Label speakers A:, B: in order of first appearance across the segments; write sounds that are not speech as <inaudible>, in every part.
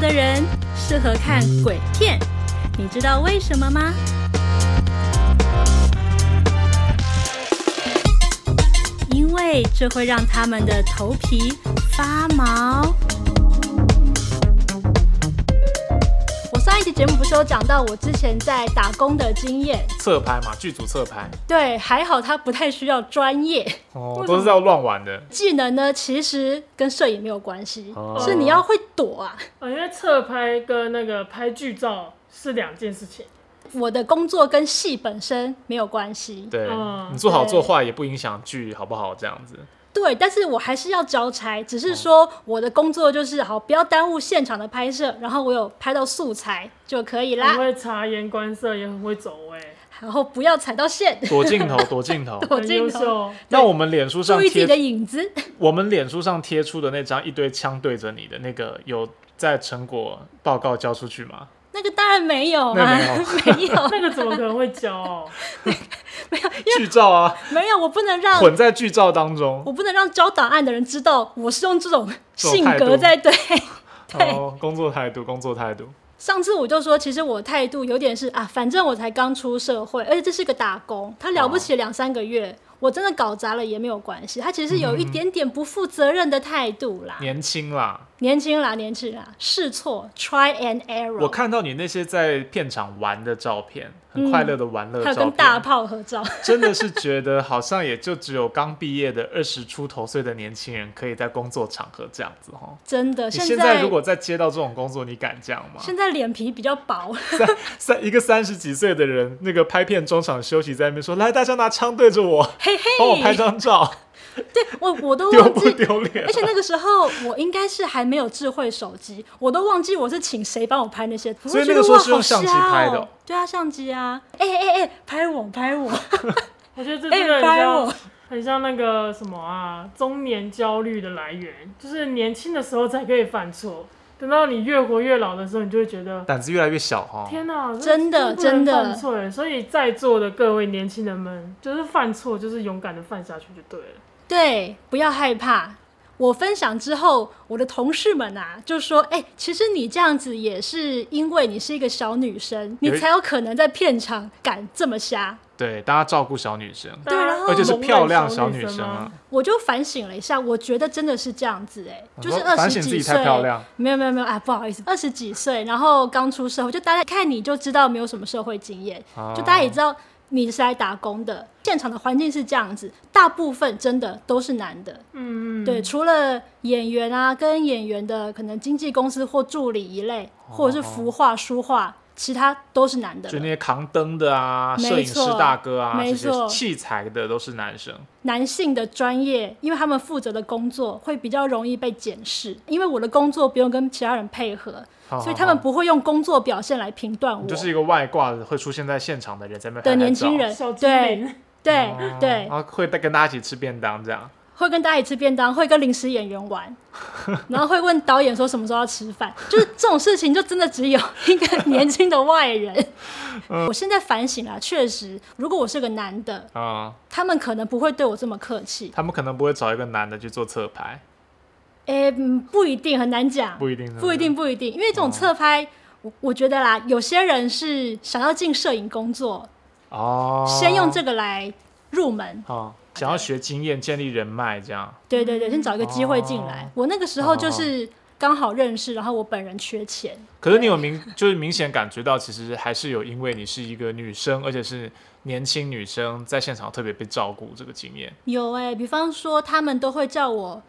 A: 的人适合看鬼片，你知道为什么吗？因为这会让他们的头皮发毛。
B: 我上一期节目不是有讲到我之前在打工的经验，
C: 侧拍嘛，剧组侧拍，
B: 对，还好它不太需要专业
C: 哦，都是要乱玩的。
B: 技能呢，其实跟摄影没有关系，
C: 哦
B: 是你要会躲啊。
D: 哦，因为侧拍跟那个拍剧照是两件事情。
B: 我的工作跟戏本身没有关系，
C: 对
D: 嗯，
C: 你做好
B: 对
C: 做坏也不影响剧好不好？这样子，
B: 对，但是我还是要交差，只是说我的工作就是好，不要耽误现场的拍摄，然后我有拍到素材就可以
C: 嗯
D: 很
B: 啦，
D: 会察言观色，也很会走位，
B: 然后不要踩到
C: <laughs>
B: 线，
C: 躲镜头，躲镜头。
B: 躲
D: 很
B: 镜
D: 优
B: 头，
D: 秀。
C: 那我们脸书上
B: 注意自己
C: 贴
B: 的影子。
C: 我们脸书上贴出的那张一堆枪对着你的那个，有在成果报告交出去吗？
B: 那个当然没有啊， <laughs>
C: 那
B: 没有，
D: 那个怎么可能会教、哦？
C: 剧照啊，
B: 没有，我不能让
C: 混在剧照当中。
B: 我不能让交档案的人知道我是用这种
C: 这种
B: 性
C: 态度
B: 格在对。对
C: 哦，工作态度，工作态度。
B: 上次我就说，其实我态度有点是啊，反正我才刚出社会，而且这是个打工，他了不起两三个月，我真的搞砸了也没有关系。他其实
C: 嗯
B: 有一点点不负责任的态度啦，
C: 年轻啦，
B: 年轻啦，年轻啦，试错，try and error。
C: 我看到你那些在片场玩的照片，很快乐的玩乐
B: 还有
C: 照
B: 跟大
C: 片，
B: 炮合照，
C: 真的是觉得好像也就只有刚毕业的二十出头岁的年轻人可以在工作场合这样子哦。
B: 真的。呃
C: 你
B: 现
C: 现在如果再接到这种工作，你敢这样吗？
B: 现在脸皮比较薄， <laughs>
C: 三 <laughs> 三一个三十几岁的人，那个拍片中场休息在那边说：“来，大家拿枪对
B: <laughs>
C: 着我，
B: 嘿嘿，
C: 帮我拍
B: <laughs>
C: 张照，
B: 对我我都
C: 丢
B: 忘
C: 不
B: 记
C: 丢脸
B: 而且那个时候我应该是还没有智慧手机，我都忘记我是请谁帮我拍那些图。
C: 所以
B: 我就
C: 那个
B: 觉得
C: 时候
B: 哇
C: 是用
B: 好
C: 相机
B: 瞎
C: 拍的
B: 哦
C: 哦
B: 对啊，相机啊，哎哎哎，拍我拍我，
D: 我觉得这
B: 哎、
D: 真的很
B: 拍
D: 像、
B: 我，
D: 很像那个什么啊，中年焦虑的来源，就是年轻的时候才可以犯错，等到你越活越老的时候，你就会觉得
C: <laughs> 胆子越来越小哦哈。
D: 天哪、
B: 真的真的
D: 不能犯错耶。欸所以在座的各位年轻人们，就是犯错就是勇敢的犯下去就对了。
B: 对，不要害怕。我分享之后，我的同事们啊，就说：“哎、其实你这样子也是因为你是一个小女生，你
C: 有一
B: 才有可能在片场敢这么瞎。
C: 对，大家照顾小女生，
B: 对然后
C: 而且是漂亮小
D: 女
C: 女生
D: 吗
C: 啊，。”
B: 我就反省了一下，我觉得真的是这样子、哎，
C: 我
B: 就
C: 嗯说
B: 是二
C: 反
B: 十
C: 省自己
B: 几
C: 太
B: 岁，
C: 漂亮，
B: 没有没有没有啊，不好意思，二十几岁，然后刚出社会，就大家看你就知道没有什么社会经验，
C: 啊
B: 就大家也知道你是来打工的，现场的环境是这样子，大部分真的都是男的，
D: 嗯嗯，
B: 对，除了演员啊，跟演员的可能经纪公司或助理一类，或者是服化、书画，其他都是男的
C: 哦就那
B: 了，
C: 些扛灯的啊，
B: 没
C: 摄影师
B: 错
C: 大哥啊，
B: 没
C: 这些
B: 错
C: 器材的都是男生。
B: 男性的专业，因为他们负责的工作会比较容易被检视，因为我的工作不用跟其他人配合，
C: 好
B: 所以
C: 好
B: 他们
C: 好
B: 不会用工作表现来评断我。
C: 哦你就是一个外挂的会出现在现场的人，在那边
B: 的
C: 拍拍
B: 年
C: 照
B: 轻人
D: 小，精
B: 对
D: 灵，
B: 对
C: 哦
B: 对
C: 然，后会带跟大家一起吃便当这样。
B: 会跟大家一起吃便当，会跟临时演员
C: <laughs>
B: 玩，然后会问导演说什么时候要吃饭，就是这种事情就真的只有一个年轻的外
C: <laughs>
B: 人。
C: 嗯
B: 我现在反省了，确实，如果我是个男的，
C: 啊、
B: 他们可能不会对我这么客气。
C: 他们可能不会找一个男的去做侧拍，
B: 诶、嗯不一定，很难讲，
C: 不一定，嗯
B: 不一定，不一定，因为这种侧拍。我我觉得啦，有些人是想要进摄影工作，
C: 哦。
B: 先用这个来入门，
C: 哦，想要学经验，建立人脉，这样
B: 对对对，先找一个机会进来。
C: 哦
B: 我那个时候就是刚好认识，然后我本人缺钱，
C: 可是你有明，就是明显感觉到，其实还是有因为你是一个女生，而且是年轻女生，在现场特别被照顾这个经验。
B: 有哎、比方说他们都会叫我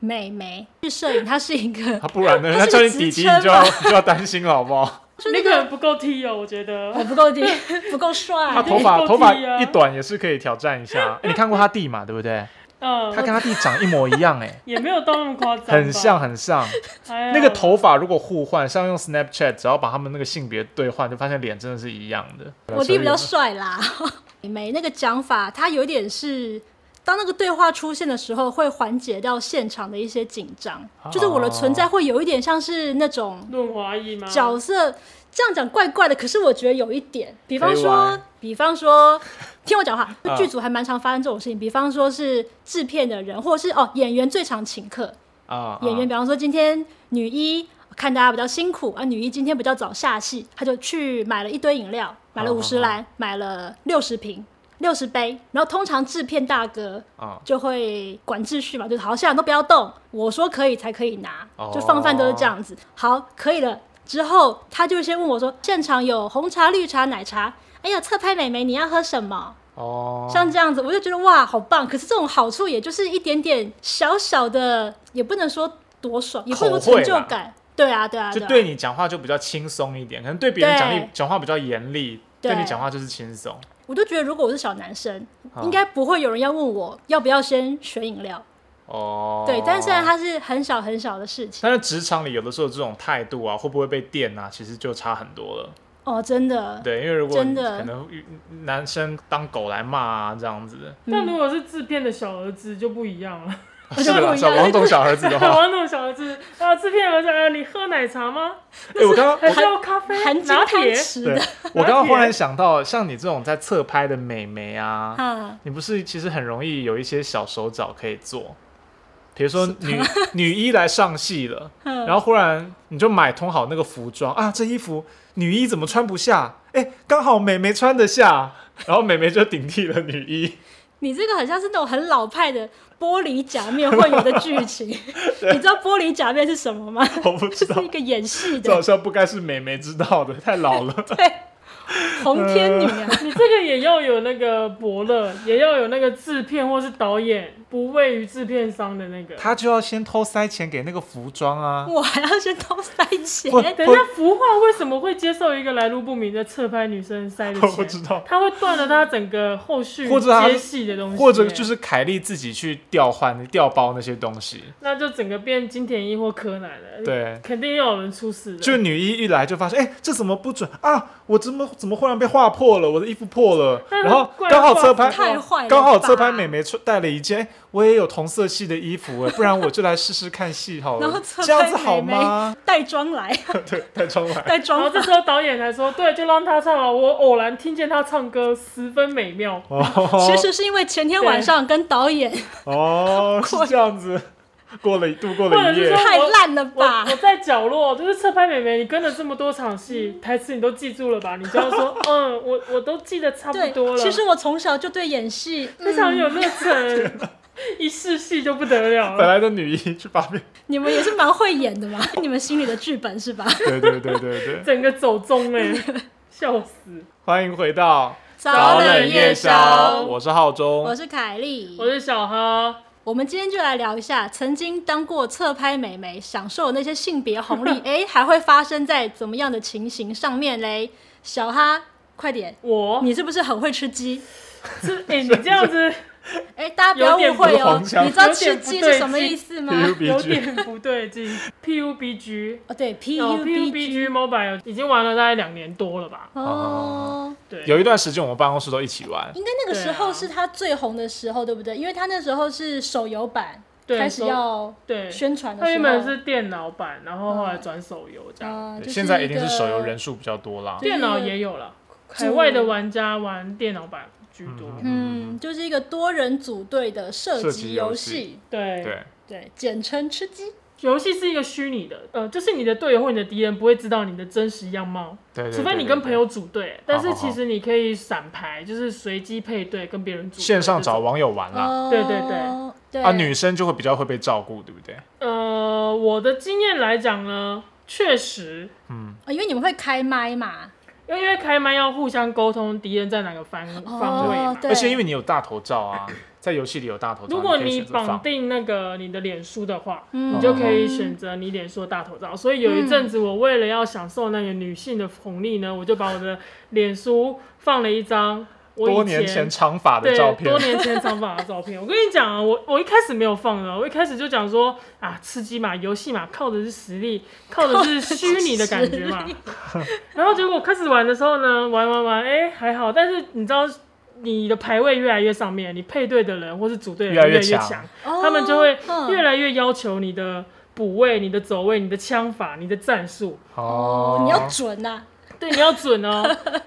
B: 美眉，去摄影，它是一个
C: <laughs> 啊，不然呢？
B: 它
C: 他
B: 是
C: 叫
B: 个
C: 你弟弟，
B: 职称
C: 你就要你就要担心了，好
B: <laughs>
C: 不好？
B: 就
D: 那
B: 那
D: 个
B: 个
D: 人不够踢哦，我觉
B: 我
D: 得。
B: 不够低， <laughs> 不够
C: 他
B: 帅，
C: 头发
D: 你弟
C: 头发
D: 弟啊
C: 一短也是可以挑战一下。哎诶你看过他弟嘛？对不对？
D: 嗯
C: 他，跟他弟长一模一
B: <laughs>
C: 样、诶
D: 也没有到那么夸张吧，
C: 很像很像。
D: 哎呀。
C: 那个头发如果互换，像用 Snapchat，只要把他们那个性别兑换，就发现脸真的是一样的。
B: 我弟比较
C: 所以
B: 帅啦。 <laughs> 美眉那个讲法，它有点是。当那个对话出现的时候，会缓解掉现场的一些紧张，
C: 哦
B: 就是我的存在会有一点像是那种
D: 润滑液
C: 嗯
D: 吗？
B: 角色，这样讲怪怪的，可是我觉得有一点，比方
C: 可以
B: 说
C: 玩，
B: 比方说，听我讲话
C: 啊，
B: 剧组还蛮常发生这种事情，比方说是制片的人，或者是哦演员最常请客，
C: 啊，啊
B: 演员，比方说今天女一我看大家比较辛苦啊，女一今天比较早下戏，她就去买了一堆饮料，买了
C: 哦
B: 五十篮，买了六十瓶。六十杯，然后通常制片大哥
C: 啊、
B: 就会管秩序嘛，就是好，现在都不要动，我说可以才可以拿，
C: 哦
B: 就放饭都是这样子。好，可以了之后，他就先问我说，现场有红茶、绿茶、奶茶，哎呀，侧拍美眉你要喝什么？
C: 哦，
B: 像这样子，我就觉得哇，好棒！可是这种好处也就是一点点小小的，也不能说多爽，也会有
C: 口惠
B: 成
C: 啦
B: 就感。对啊，对啊，
C: 就
B: 啊
C: 对你讲话就比较轻松一点，可能对别人讲你
B: 对
C: 讲话比较严厉，
B: 对
C: 对你讲话就是轻松。
B: 我就觉得，如果我是小男生，
C: 啊
B: 应该不会有人要问我要不要先选饮料。
C: 哦，
B: 对，但虽然它是很小很小的事情，
C: 但是职场里有的时候这种态度啊，会不会被电啊，其实就差很多了。
B: 哦，真的，
C: 对，因为如果
B: 真
C: 你
B: 的
C: 可能遇男生当狗来骂啊这样子，
D: 但如果是制片的小儿子就不一样了。
C: <laughs> 是
B: 不
C: 啦，
B: 一
C: 小
B: 样
C: 王董小儿子的
D: 我
B: <laughs>
C: 话，
D: 要弄小儿子啊，制片儿子，啊，你喝奶茶吗？
C: 哎，我刚刚
D: 还是要咖啡？
B: 含金
D: 拿
B: 汤
D: 铁？
B: 匙
C: 对 <laughs>
B: 的，
C: 我刚刚忽然想到，像你这种在侧拍的美眉啊，
B: 啊，
C: 你不是其实很容易有一些小手脚可以做，比如说女 <laughs> 女一来上戏 <laughs> 了，
B: 嗯
C: 然后忽然你就买通好那个服装啊，这衣服女一怎么穿不下？哎，刚好美眉穿得下，然后美眉就顶替了女一， <laughs>
B: 你这个很像是那种很老派的玻璃假面会有的剧
D: <laughs>
B: 情。你知道玻璃假面是什么吗？
C: 我不知
B: 就
C: 道
B: 是一，个演戏
C: 这好
B: 的
C: 像不该是美眉知道 <laughs> 的，太老了。
B: 红天女啊。
D: 你这个也要有那个伯乐，也要有那个制片或是导演不位于制片商的那个。
C: 她就要先偷塞钱给那个服装啊，哎
B: 我还要先偷塞钱，
C: 不
D: 等一下，服化为什么会接受一个来路不明的侧拍女生塞的
C: <laughs> 我
D: 钱？
C: 不知道。
D: 他会断了他整个后续
C: 或者他
D: 接戏的东西，
C: 或者就是是凯莉自己去调换、调包那些东西，
D: 那就整个变金田一或柯南了。，
C: 对。
D: 肯定要有人出事的。
C: 就女一一来就发现，哎、这怎么不准啊？我怎么怎么忽然被划破了？我的衣服破了，
D: 那
C: 然后
D: 怪
C: 刚好侧
D: 画
C: 拍，
B: 太坏了吧，
C: 刚好侧拍美眉穿带了一件，哎，我也有同色系的衣服哎，不然我就来试试看戏好
B: 然后
C: 了，
B: 侧
C: 这样
B: 拍
C: 子好吗？
B: 带妆
D: <laughs>
B: 来，
C: <laughs> 对，带妆来，
B: 带
D: 然后
B: 妆
D: 哦这时候导演才说：“ <laughs> 对，就让他唱吧。”我偶然听见他唱歌，十分美妙。
C: 哦
B: 其实是因为前天晚上跟导演
C: 哦，是这样子，过了度过
D: 或
C: 了
D: 者
C: 一
D: 是
C: 夜
D: 说，
B: 太烂了
D: 我
B: 吧
D: 我？在角落，就是侧拍美眉，你跟了这么多场戏，台词你都记住了吧？你这样说，嗯，我我都记得差不
B: 对
D: 多，了。
B: 其实我从小就对演戏，
D: 非常有热忱， <laughs> 一试戏就不得了
C: 本
D: 了。
C: 来的女一去把面，
B: 你们也是蛮会演的嘛，你们心里的剧本是吧？
C: 对对对对
D: <laughs>
C: 对，
D: 整个走中哎、笑死！
C: 欢迎回到
D: 早冷夜宵
C: 我是浩中，
B: 我是凯莉，
D: 我是小哈，
B: 我们今天就来聊一下曾经当过侧拍美眉，享受那些性别红利，哎，还会发生在怎么样的情形上面嘞？小哈，快点，
D: 我
B: 你是不是很会吃鸡？
D: 是哎、你这样子
B: 哎，大家不要误会
C: 有点不
B: 哦
C: 黄，腔
B: 你知道吃鸡是什么意思吗？
C: 有点不对劲
D: 有点不对劲。PUBG，
B: 哦，对，P
D: 哦
B: U B
D: ，PUBG Mobile 已经玩了大概两年多了吧？
B: 哦，
D: 对，
C: 有一段时间我们办公室都一起玩，
B: 应该那个时候是他最红的时候，对不对？因为他那时候是手游版
D: 对
B: 开始要
D: 对，
B: 宣传的
D: 它
B: 时候，
D: 原本是电脑版，然后后来转手游这样。
B: 嗯，哦
C: 对
B: 就是
C: 现在一定是手游
B: 个
C: 人数比较多啦。
D: 电脑也有了，海外的玩家玩电脑版居多。
B: 嗯，就是一个多人组队的射
C: 射
B: 击
C: 击
B: 游
C: 游
B: 戏
C: 戏，
D: 对，
C: 对，
B: 对，简称吃鸡。
D: 游戏是一个虚拟的，呃，就是你的队友或你的敌人不会知道你的真实样貌，
C: 对对对
D: 除非你
C: 对
D: 跟
C: 对
D: 朋友组队。但是
C: 好好
D: 其实你可以散牌，就是随机配对跟别人组队
C: 线上找
D: 这种。
C: 网友玩啦。
B: 哦
D: 对对对
B: 对
C: 啊，女生就会比较会被照顾，对不对？
D: 呃，我的经验来讲呢，确实，
B: 哦因为你们会开麦嘛，
D: 因为开麦要互相沟通敌人在哪个方方位嘛
B: 哦，对，
C: 而且因为你有大头照啊，在游戏里有大头照，
D: 如果
C: 你可以
D: 你
C: 选择
D: 绑
C: 放。
D: 定那个你的脸书的话，
B: 嗯
D: 你就可以选择你脸书的大头照。所以有一阵子，我为了要享受那个女性的红利呢，我就把我的脸书放了一张我以
C: 多年前长发的
D: 对
C: 照片
D: 多，年前长发的照片。我跟你讲啊，我我一开始没有放的，我一开始就讲说啊，吃鸡嘛，游戏嘛，靠的是实力，靠的是虚拟的感觉嘛。然后结果开始玩的时候呢，玩玩玩，哎、还好，但是你知道。你的排位越来越上面，你配对的人或是组队的
C: 越
D: 人
C: 来
D: 越
C: 越
D: 来越
C: 强
D: 强，
B: 哦
D: 他们就会
B: 嗯
D: 越来越要求你的补位、你的走位、你的枪法、你的战术。
B: 哦，你要准呐、
D: 对，你要准哦。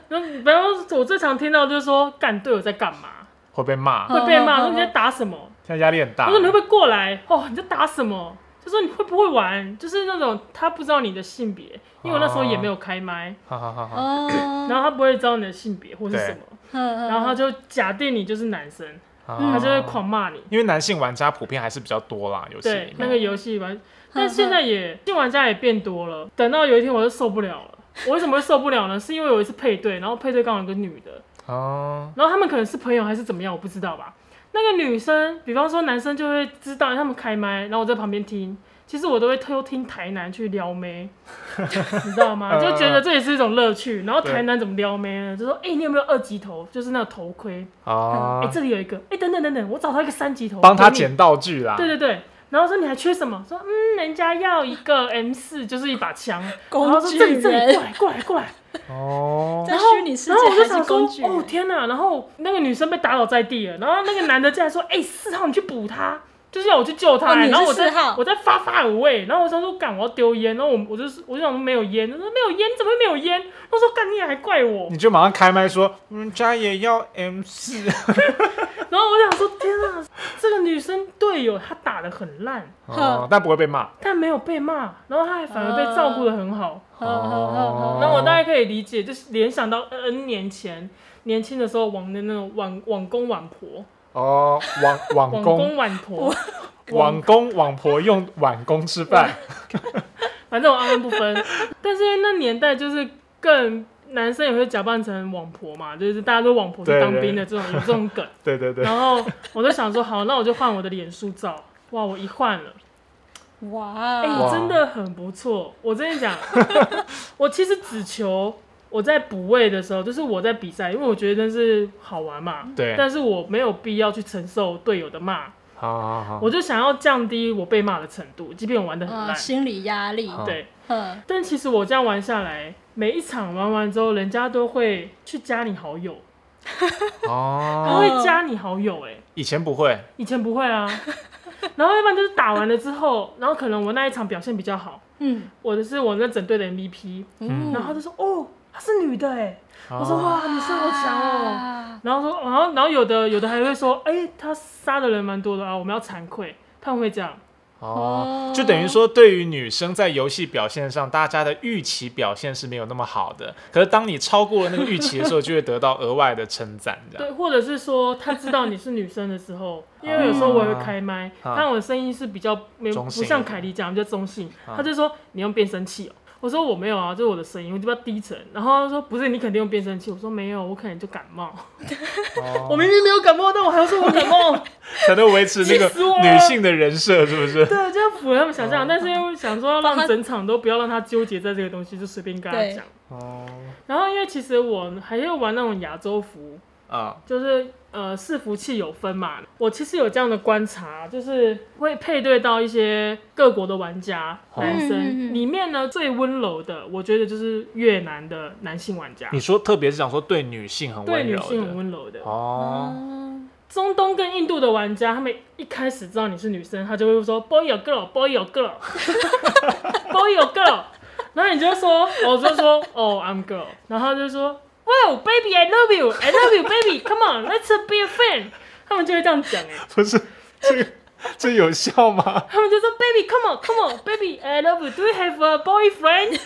D: 那不要，我最常听到就是说，干队友在干嘛，
C: 会被骂，
D: 会被
B: 嗯嗯
D: 骂，
B: 嗯
D: 说你在打什么？
C: 现在压力很大
D: 他。说你会不会过来？哦，你在打什么？就说你会不会玩，就是那种他不知道你的性别，因为我那时候也没有开麦，
C: 哈哈哈哈， <coughs>
B: 哦，
D: 然后他不会知道你的性别或是
C: 对
D: 什么，
B: 然
D: 然后他就假定你就是男生，
C: 啊
D: 他就嗯会狂骂你。
C: 因为男性玩家普遍还是比较多啦，游戏
D: 对
C: 里，
D: 那
C: 面
D: 个游戏玩，但现在也新玩家也变多了。等到有一天我就受不了了。我为什么会受不了呢？是因为有一次配对，然后配对刚好有个女的，
B: 嗯
C: 哦，
D: 然后他们可能是朋友还是怎么样，我不知道吧。那个女生，比方说男生就会知道他们开麦，然后我在旁边听。其实我都会偷听台南去撩
C: <laughs>
D: 妹，你知道吗？就觉得这也是一种乐趣。然后
C: 嗯对
D: 台南怎么撩妹呢？就说：“哎、你有没有二级头？就是那个头盔。哎、
C: 啊，
D: 这里有一个。哎、等等等等，我找到一个三级头，
C: 帮他
D: 给你
C: 捡道具啦，
D: 对对对，然后说你还缺什么？说嗯，人家要一个 M 四，就是一把枪。然后
B: 工
D: 说
B: 具
D: 这里这里过
B: 人，
D: 来过来过来。
C: 哦，
B: 在虚拟世
D: 然后
B: 界
D: 我就
B: 还是
D: 想说
B: 工具，欸
D: 哦
B: 人，
D: 天哪！然后那个女生被打倒在地了，然后那个男的竟然说，哎、四号你去补他。就是要我去救他、欸
B: 哦你是
D: 然后我在
B: 四号
D: 我在发发无畏，然后我想说干我要丢烟，然后我我就是我就想说没有烟，他说没有烟怎么会没有烟？我说干你还怪我，
C: 你就马上开麦说，人家也要 M 四，
D: 然后我想说天啊，这个女生队友她打的很烂，
C: <laughs> 哦，但不会被骂，
D: 但没有被骂，然后她还反而被照顾的很好，
B: 呵呵呵
D: 那
C: 哦
B: 呵
D: 我大概可以理解，就是联想到 N 年前年轻的时候玩的那种网网公网婆、
C: 哦，网
D: 网
C: 网
D: 公
C: 工
D: 网婆，
C: 网工网婆用网工吃饭，
D: 反正我安安不分。 <laughs> 但是因为那年代就是更男生也会假扮成网婆嘛，就是大家都网婆去
C: 对
D: 当兵的这种有这种梗。
C: 对对
D: <laughs>
C: 对，
D: 然后我就想说，好，那我就换我的脸书照。哇，我一换了，
B: 呵，
D: 哎、
B: 哇，
D: 真的很不错。我真的讲， <laughs> 我其实只求我在补位的时候，就是我在比赛，因为我觉得真是好玩嘛。
C: 对，
D: 但是我没有必要去承受队友的骂，
C: 好好好，
D: 我就想要降低我被骂的程度，即便我玩的很
B: 嗯，
D: 烂。
B: 心理压力，
C: 好
D: 对，
B: 嗯，
D: 但其实我这样玩下来，每一场玩完之后，人家都会去加你好友，他
C: 哦，
D: 会加你好友、欸，
C: 以前不会，
D: 以前不会啊。然后要不然就是打完了之后，然后可能我那一场表现比较好，
B: 嗯，
D: 我的是我那整队的 MVP，
C: 嗯
D: 然后他就说哦，她是女的哎、欸我说
C: 哦
D: 哇，女生好强哦、
B: 啊，
D: 然后说，然后然后有的有的还会说，哎、他杀的人蛮多的啊，我们要惭愧，他们会这样。
C: 哦
B: 哦，
C: 就等于说，对于女生在游戏表现上，大家的预期表现是没有那么好的。可是当你超过了那个预期的时候，就会得到额外的称赞，这样。
D: 对，或者是说他知道你是女生的时
C: <laughs>
D: 候，因为有时候我也会开麦，
C: 啊
D: 但我的声音是比较没
C: 中
D: 不
C: 性
D: 像凯莉讲比较中性，
C: 啊
D: 他就说你用变声器哦。我说我没有啊，这是我的声音，我就比较低沉。然后他说不是，你肯定用变声器。我说没有，我可能就感冒。 <laughs> 我
C: 哦，
D: 明明没有感冒，但我还要说我感冒。
C: 才能维持那个
D: <laughs> 气死我了
C: 女性的人设，是不是？
D: 对，就要符合他们想
C: 哦
D: 象。但是因为想说要
B: 帮他
D: 让整场都不要让他纠结在这个东西，就随便跟他
B: 对
D: 讲。
C: 哦，
D: 然后因为其实我还要玩那种亚洲服，
C: 啊，
D: 就是呃伺服器有分嘛。我其实有这样的观察，就是会配对到一些各国的玩家，
C: 哦
D: 男生、
B: 嗯嗯嗯
D: 里面呢最温柔的，我觉得就是越南的男性玩家
C: 你，说，特别是讲说对女性很
D: 对
C: 温
D: 女
C: 柔
D: 性很
C: 的，
D: 温柔的。
C: 哦，
B: 嗯
D: 中东跟印度的玩家，他们一开始知道你是女生，他就会说 boy or girl boy or girl <laughs> boy or girl，然后你就说，我就说哦 I'm girl，然后他就说 Wow baby I love you I love you baby come on let's be a friend，他们就会这样讲哎、
C: 不是 <laughs> 这个，这有效
D: <laughs>
C: 吗？
D: 他们就说 baby come on come on baby I love you do you have a boyfriend？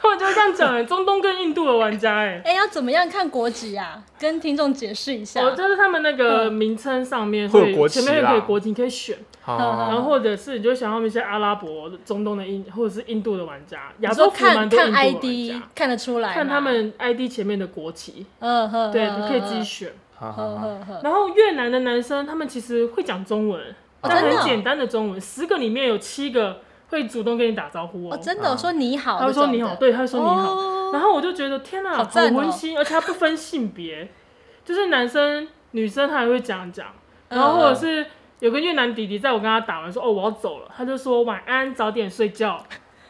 D: 他们就会这样讲哎、中东跟印度的玩家哎、
B: 哎，要怎么样看国籍啊？跟听众解释一下，
D: 哦，就是他们那个
B: 嗯
D: 名称上面
C: 啊会有
D: 会
C: 国
D: 前
C: 旗啊
D: 面会有
C: 啦
D: 个国籍，你可以选，然
C: 哦
D: 后或者是你就想他们一些阿拉伯、中东的印或者是印度的玩家，亚
B: 你
D: 洲
B: 说
D: 服蛮
B: 看
D: 多
B: 看
D: 印度的玩
B: ID
D: 家，
B: 看得出来吗，
D: 看他们 ID 前面的国旗，
B: 嗯，嗯，
D: 对，
B: 嗯
D: 你可以自啊己，选。
C: 好好
B: 嗯
C: 好
B: 嗯嗯，
D: 然后越南的男生他们其实会讲中文，但
B: 真的
D: 很
B: 哦
D: 简单的中文，十个里面有七个会主动跟你打招呼
B: 哦，
D: 哦，
B: 真的，
C: 啊
B: 我说你好，
D: 他会说
B: 这种
D: 你好，
B: 的，
D: 对，他会说你好。
B: 哦
D: 然后我就觉得天哪，
B: 好
D: 好
B: 赞哦
D: 温馨，而且他不分性别， <laughs> 就是男生女生他也会讲讲，然
B: 哦
D: 后
B: 嗯
D: 或者是有个越南弟弟，在我跟他打完说哦我要走了，他就说晚安，早点睡觉。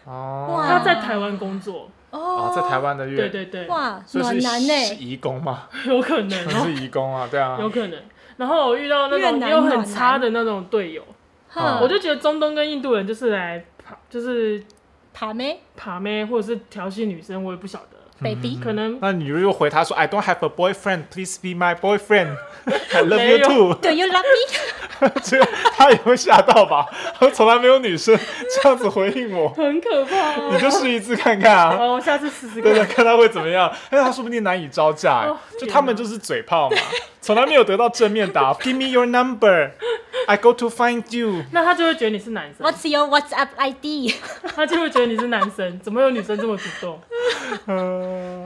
C: 哦，
B: 哇
D: 他在台湾工作，
C: 哦，
B: 哦，
C: 在台湾的
D: 对
C: 乐，
D: 对对，
B: 哇，
C: 所以
B: 暖
C: 是
B: 男欸
C: 是
B: 呢，
C: 移工嘛，
D: 有可能
C: 可能
D: 哦，
C: <laughs> 是移工啊，对啊，
D: 有可能。然后我遇到那
B: 越
D: 种
B: 南嗯
D: 也有很
B: 暖
D: 差
B: 男
D: 的那种队友，
B: 哼，
C: 啊
D: 我就觉得中东跟印度人就是来爬，就是
B: 爬妹，
D: 爬妹或者是调戏女生，我也不晓得。
B: baby，
C: 嗯
D: 可能
C: 那你如果回他说 I don't have a boyfriend, please be my boyfriend, <laughs> I love you
D: 没有
C: too， <laughs>
B: 对，you love me，
C: 这个他也会吓到吧？ <laughs> 他从来没有女生这样子回应我，
D: 很可怕、
B: 嗯
C: 你就试一次看看啊。
D: 哦，我下
C: <laughs>
D: 次试试
C: 对对，
D: 看。
C: 看他会怎么样？哎，他说不定难以招架、哎
D: 哦
C: 就他们就是嘴炮嘛，从来没有得到正面
B: <laughs>
C: 答复。Give me your number, I go to find you。
D: 那他就会觉得你是男生，
B: What's your WhatsApp ID？
C: <laughs>
D: 他就会觉得你是男生，怎么有女生这么主动？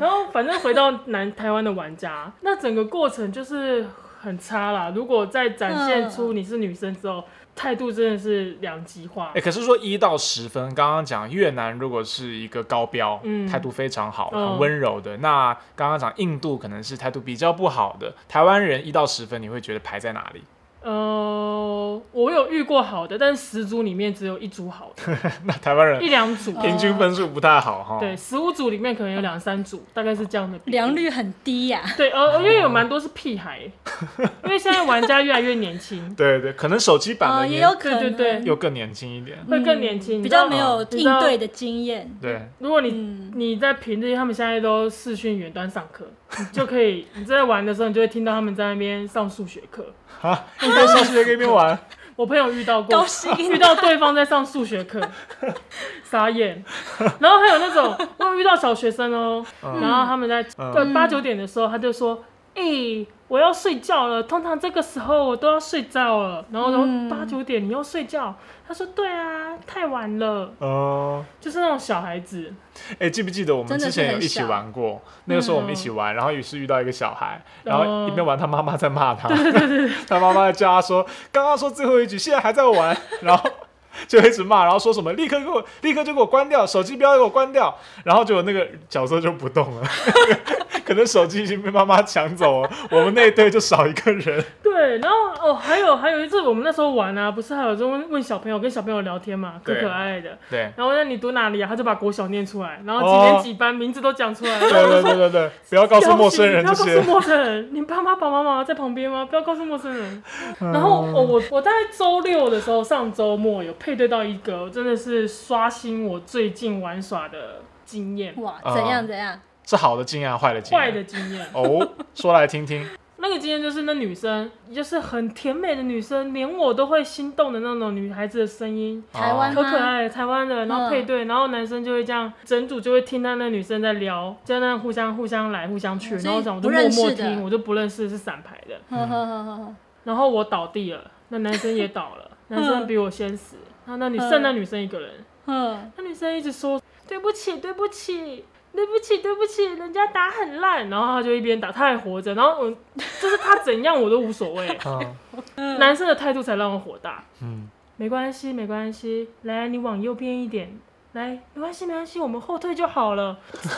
D: 然后反正回到南台湾的玩家，那整个过程就是很差啦。如果再展现出你是女生之后，态度真的是两极化
C: 哎、。可是说一到十分，刚刚讲越南如果是一个高标，
D: 嗯
C: 态度非常好，
B: 哦
D: 嗯
C: 很温柔的。那刚刚讲印度可能是态度比较不好的。台湾人一到十分，你会觉得排在哪里？ <laughs>
D: 呃，我有遇过好的，但是十组里面只有一组好的，
C: 那台湾
D: 一
C: 人
D: 两组。
B: 嗯
C: 平均分数不太好哈。
D: 对，，十五组里面可能有两三组，大概是这样的比例。
B: 良率很低呀、
D: 对，呃，因为有蛮多是屁孩，因为现在玩家越来越年
B: 嗯
D: 轻，
C: 对对，可能手机版
B: 哦，
C: 的
B: 也
C: 年、
B: 有可能嗯
D: 对对对
C: 又更年轻一点。
D: 会更年轻，你
B: 比
D: 知道
B: 较没有应对的经验。
C: 对，
D: 如果你、你在平日，他们现在都视讯远端上课，你就可以你在玩的时候，你就会听到他们在那边上数学课。
C: 啊，一边上学一边玩，
D: 我朋友遇到过
B: 高，薪
D: <laughs> 遇到对方在上数学课，傻眼。然后还有那种，我有遇到小学生哦、然后他们在
C: 嗯
D: 对八九点的时候，他就说：“哎、我要睡觉了。通常这个时候我都要睡觉了。”然后我说：“八九点你要睡觉？”他说：“对啊，太晚了。
C: <laughs> 哦。”
D: 就是那种小孩子，
C: 哎、记不记得我们
B: 真的
C: 之
B: 是
C: 前有
B: 很
C: 一起
B: 小
C: 玩过？那个时候我们一起玩，然后也是遇到一个小孩，然后一边玩，他妈妈在骂他，他妈妈在叫他说：“刚刚说最后一局，现在还在玩。”然后就一直骂，然后说什么“立刻给我，立刻就给我关掉，手机不要给我关掉。”然后就有那个角色就不动了， <laughs> 可能手机已经被妈妈抢走了，我们那一队就少一个人。
D: 对，然后哦，还有还有一次，我们那时候玩啊，不是还有在问问小朋友，跟小朋友聊天嘛，可
C: 对
D: 可爱爱的。
C: 对，
D: 然后那你读哪里啊？他就把国小念出来，然后几年
C: 哦
D: 几班、名字都讲出
C: <laughs>
D: 来。
C: 对
D: <laughs>
C: 对对对对，不要告诉陌生人
D: 不
C: 这
D: 要告诉
C: 些。
D: 陌生人，你爸妈、爸爸妈妈在旁边吗？不要告诉陌
C: <laughs>
D: 生人。
C: 嗯
D: 然后哦，我我大概周六的时候，上周末有配对到一个，真的是刷新我最近玩耍的经验，
B: 哇，
C: 啊
B: 怎样怎样？
C: 是好的经验，还是坏的经验？
D: 坏的经验。
C: 哦，说来听听。
D: 那个经验就是那女生，就是很甜美的女生，连我都会心动的那种女孩子的声音，
B: 台湾
D: 可
B: 吗
D: 可爱，台湾的，然后配对，然后男生就会这样，整组就会听到那女生在聊，在那互相互相来互相去，
B: 嗯所以
D: 然后我想我就
B: 不
D: 默
B: 认识
D: 默
B: 的
D: 听，我就不认识是散牌的，
B: 呵呵呵呵呵，
D: 然后我倒地了，那男生也倒了，男生比我先死，然后那女
B: 嗯
D: 剩那女生一个人，
B: 嗯，
D: 那女生一直说对不起，对不起。对不起，对不起，人家打很烂，然后他就一边打，他还活着，然后我 <laughs> 就是他怎样我都无所谓，
C: 嗯
D: 男生的态度才让我火大。
C: 嗯。
D: 没关系，没关系，来，你往右边一点，来，没关系，没关系，我们后退就好了。 <laughs>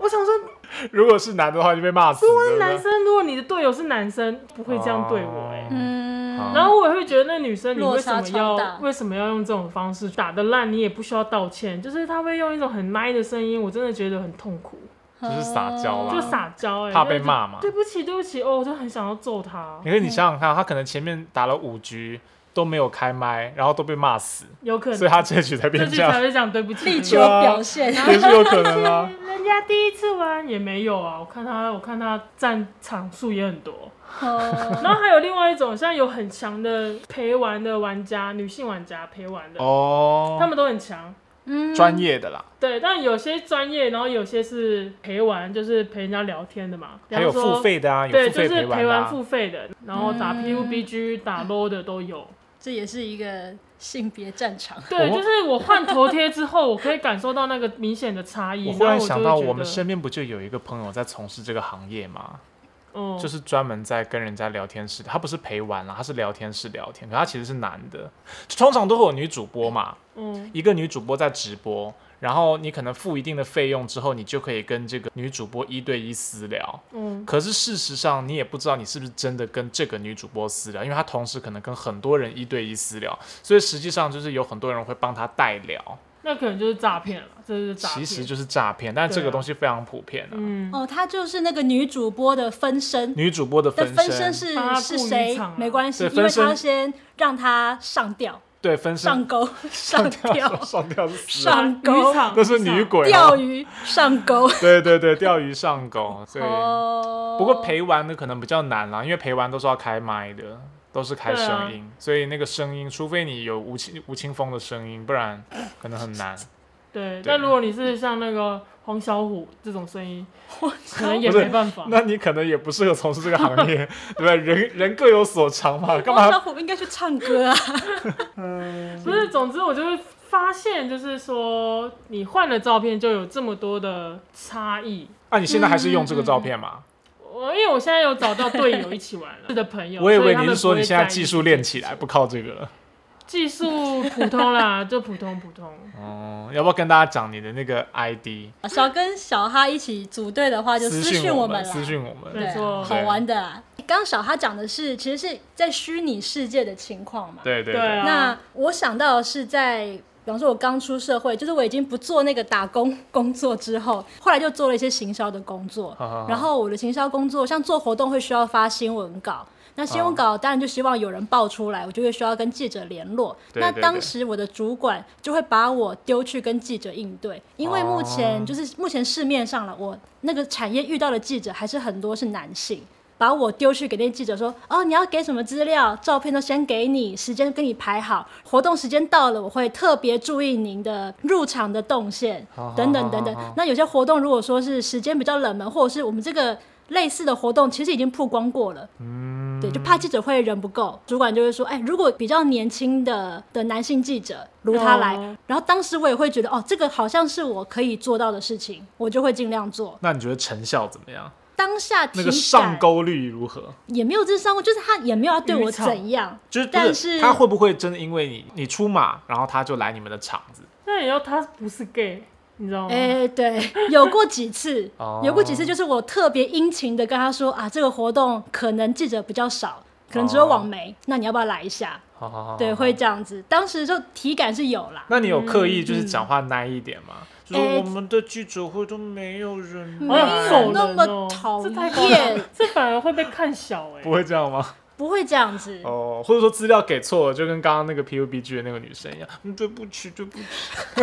D: 我想说，
C: <laughs> 如果是男的话，就被骂死。
D: 如果是啊男
C: 对不对，
D: 生，如果你的队友是男生，不会这样对我哎、
C: 哦
B: 嗯，
C: 好
D: 然后我也会觉得那女生，你为
B: 落
D: 什
B: 差
D: 么
B: 超大
D: 要为什么要用这种方式打得烂？你也不需要道歉，就是他会用一种很麦的声音，我真的觉得很痛苦，
C: 就是撒娇啦，
D: 就。撒娇哎、
C: 怕被
D: 就是
C: 骂嘛
D: 对不起，对不起，哦，我就很想要揍他，
C: 你可以你想想看，他可能前面打了五局都没有开麦，然后都被骂死，
D: 有可能，
C: 所以他这局才
D: 这
C: 变
D: 句
C: 这
D: 才
C: 样，
D: 会讲对不起，
B: 力
D: 对
B: 求
C: 啊
B: 表现，
C: 也是有可能
D: <laughs>
C: 啊。
D: 人家第一次玩也没有啊，我看他，我看他占场数也很多。
B: <laughs> 哦，
D: 然后还有另外一种，像有很强的陪玩的玩家，女性玩家陪玩的，他
C: 哦，
D: 们都很强。
B: 嗯，
C: 专业的啦，
D: 对，但有些专业，然后有些是陪玩，就是陪人家聊天的嘛。比
C: 还
D: 方
C: 有
D: 说
C: 付，费的啊，有
D: 对，
C: 付
D: 就
C: 费
D: 是
C: 陪
D: 陪
C: 玩的
D: 玩
C: 啊。
D: 付费的，然后打 PUBG、打 LO 的都有。
C: 嗯
B: 这也是一个性别战场。
D: 对，
C: 我
D: 就是我换头贴之后，我可以感受到那个明显的差异。
C: 我忽然
D: 就
C: 想
D: 会
C: 到，
D: 觉
C: 我们
D: 得
C: 身边不就有一个朋友在从事这个行业吗？
D: 嗯
C: 就是专门在跟人家聊天室，他不是陪玩啦，他是聊天室聊天，可他其实是男的，通常都会有女主播嘛，
D: 嗯
C: 一个女主播在直播，然后你可能付一定的费用之后，你就可以跟这个女主播一对一私聊。
D: 嗯
C: 可是事实上，你也不知道你是不是真的跟这个女主播私聊，因为她同时可能跟很多人一对一私聊，所以实际上就是有很多人会帮她代聊，
D: 那可能就是诈骗了，这就是诈骗。
C: 其实就是诈骗。但这个东西非常普遍啊。
D: 嗯，
B: 哦，她就是那个女主播的分身，
C: 女主播的
B: 的
C: 分
B: 分身是
D: 帮她
B: 是
D: 雇渔
B: 谁
D: 场啊
B: 没关系，
C: 对
B: 因为
C: 分身
B: 她先让她上吊，
C: 对分身
B: 上钩、上
C: 吊，
B: 吊、
C: <laughs> 上吊是死人，
B: 上钩
D: 渔、场
C: 那是女鬼、
B: 钓
C: 哦。
B: 鱼、上钩。
C: 对对对，钓鱼上钩。对，
B: 哦，
C: 不过陪玩的可能比较难啦，因为陪玩都是要开麦的，都是开声音，所以那个声音，除非你有吴青吴青峰的声音，不然可能很难。
D: 对，
C: 对
D: 但如果你是像那个黄小虎这种声音，可能也
C: 不是
D: 没办法。
C: <laughs> 那你可能也不适合从事这个行 <laughs> 业，对不对？人人各有所长嘛，干
B: 汪小 <laughs>
C: 嘛？
B: 虎应该去唱歌啊， <laughs>
D: 不是，总之我就会发现，就是说你换了照片就有这么多的差异。
C: 啊，你现在还是用这个照片嘛？
D: 我因为我现在有找到队友一起玩了是的朋友，
C: 我以
D: 嗯所
C: 为
D: 他
C: 你
D: 们
C: 是说
D: 不会
C: 你现在
D: 在意
C: 技术练起来，不靠这个了。
D: 技术普通啦，就普通
B: <laughs>
D: 普通。
C: 哦、要不要跟大家讲你的那个 ID？
B: 少跟小哈一起组队的话，就
C: 私
B: 讯
C: 我
B: 们啦。
C: 私讯我们。
B: 对啊，
D: 没错
B: 好玩的啦。刚刚小哈讲的是，其实是在虚拟世界的情况嘛。
C: 对对
D: 对啊
B: 那我想到的是在，比方说，我刚出社会，就是我已经不做那个打工工作之后，后来就做了一些行销的工作
C: 好好好。
B: 然后我的行销工作，像做活动会需要发新闻稿。那新闻稿当然就希望有人报出来，我就会需要跟记者联络。
C: 对
B: 那
C: 对
B: 当
C: 对
B: 时我的主管就会把我丢去跟记者应对，因为目前
C: 哦
B: 就是目前市面上了，我那个产业遇到的记者还是很多是男性，把我丢去给那些记者说，哦，你要给什么资料，照片都先给你，时间跟你排好，活动时间到了，我会特别注意您的入场的动线
C: 好好
B: 等
C: 好
B: 等等等
C: 好好。
B: 那有些活动如果说是时间比较冷门，或者是我们这个类似的活动其实已经曝光过了，
C: 嗯
B: 对，就怕记者会人不够，主管就会说，哎，如果比较年轻的的男性记者如他来，
D: 哦
B: 然后当时我也会觉得，哦，这个好像是我可以做到的事情，我就会尽量做。
C: 那你觉得成效怎么样？
B: 当下体
C: 那
B: 感
C: 个上钩率如何？
B: 也没有这上钩，就是他也没有要对我怎样，
C: 就是，不
B: 但
C: 是
B: 是
C: 他会不会真的因为你你出马，然后他就来你们的场子？
D: 那也要他不是 gay，你知道吗？
B: 哎、对， <laughs> 有过几次
C: 哦，
B: 有过几次，就是我特别殷勤的跟他说啊，这个活动可能记者比较少，可能只有网
C: 哦
B: 媒，那你要不要来一下？
C: 好好好好，
B: 对，
C: 好
B: 会。这样子，当时就体感是有啦。
C: 那你有刻意就是讲话耐一点吗？就是
B: 哎
C: 我们的记者会都没有人
B: 没
D: 好
B: 有
D: 想
C: 来，
D: 否认
B: 那
D: 哦
B: 么讨
D: 这太夸张
B: 厌，
D: 这反而会被看小哎、
C: 不会这样吗？
B: 不会这样子，
C: 哦，或者说资料给错了，就跟刚刚那个 PUBG 的那个女生一样，嗯对不起，对不起。 <laughs>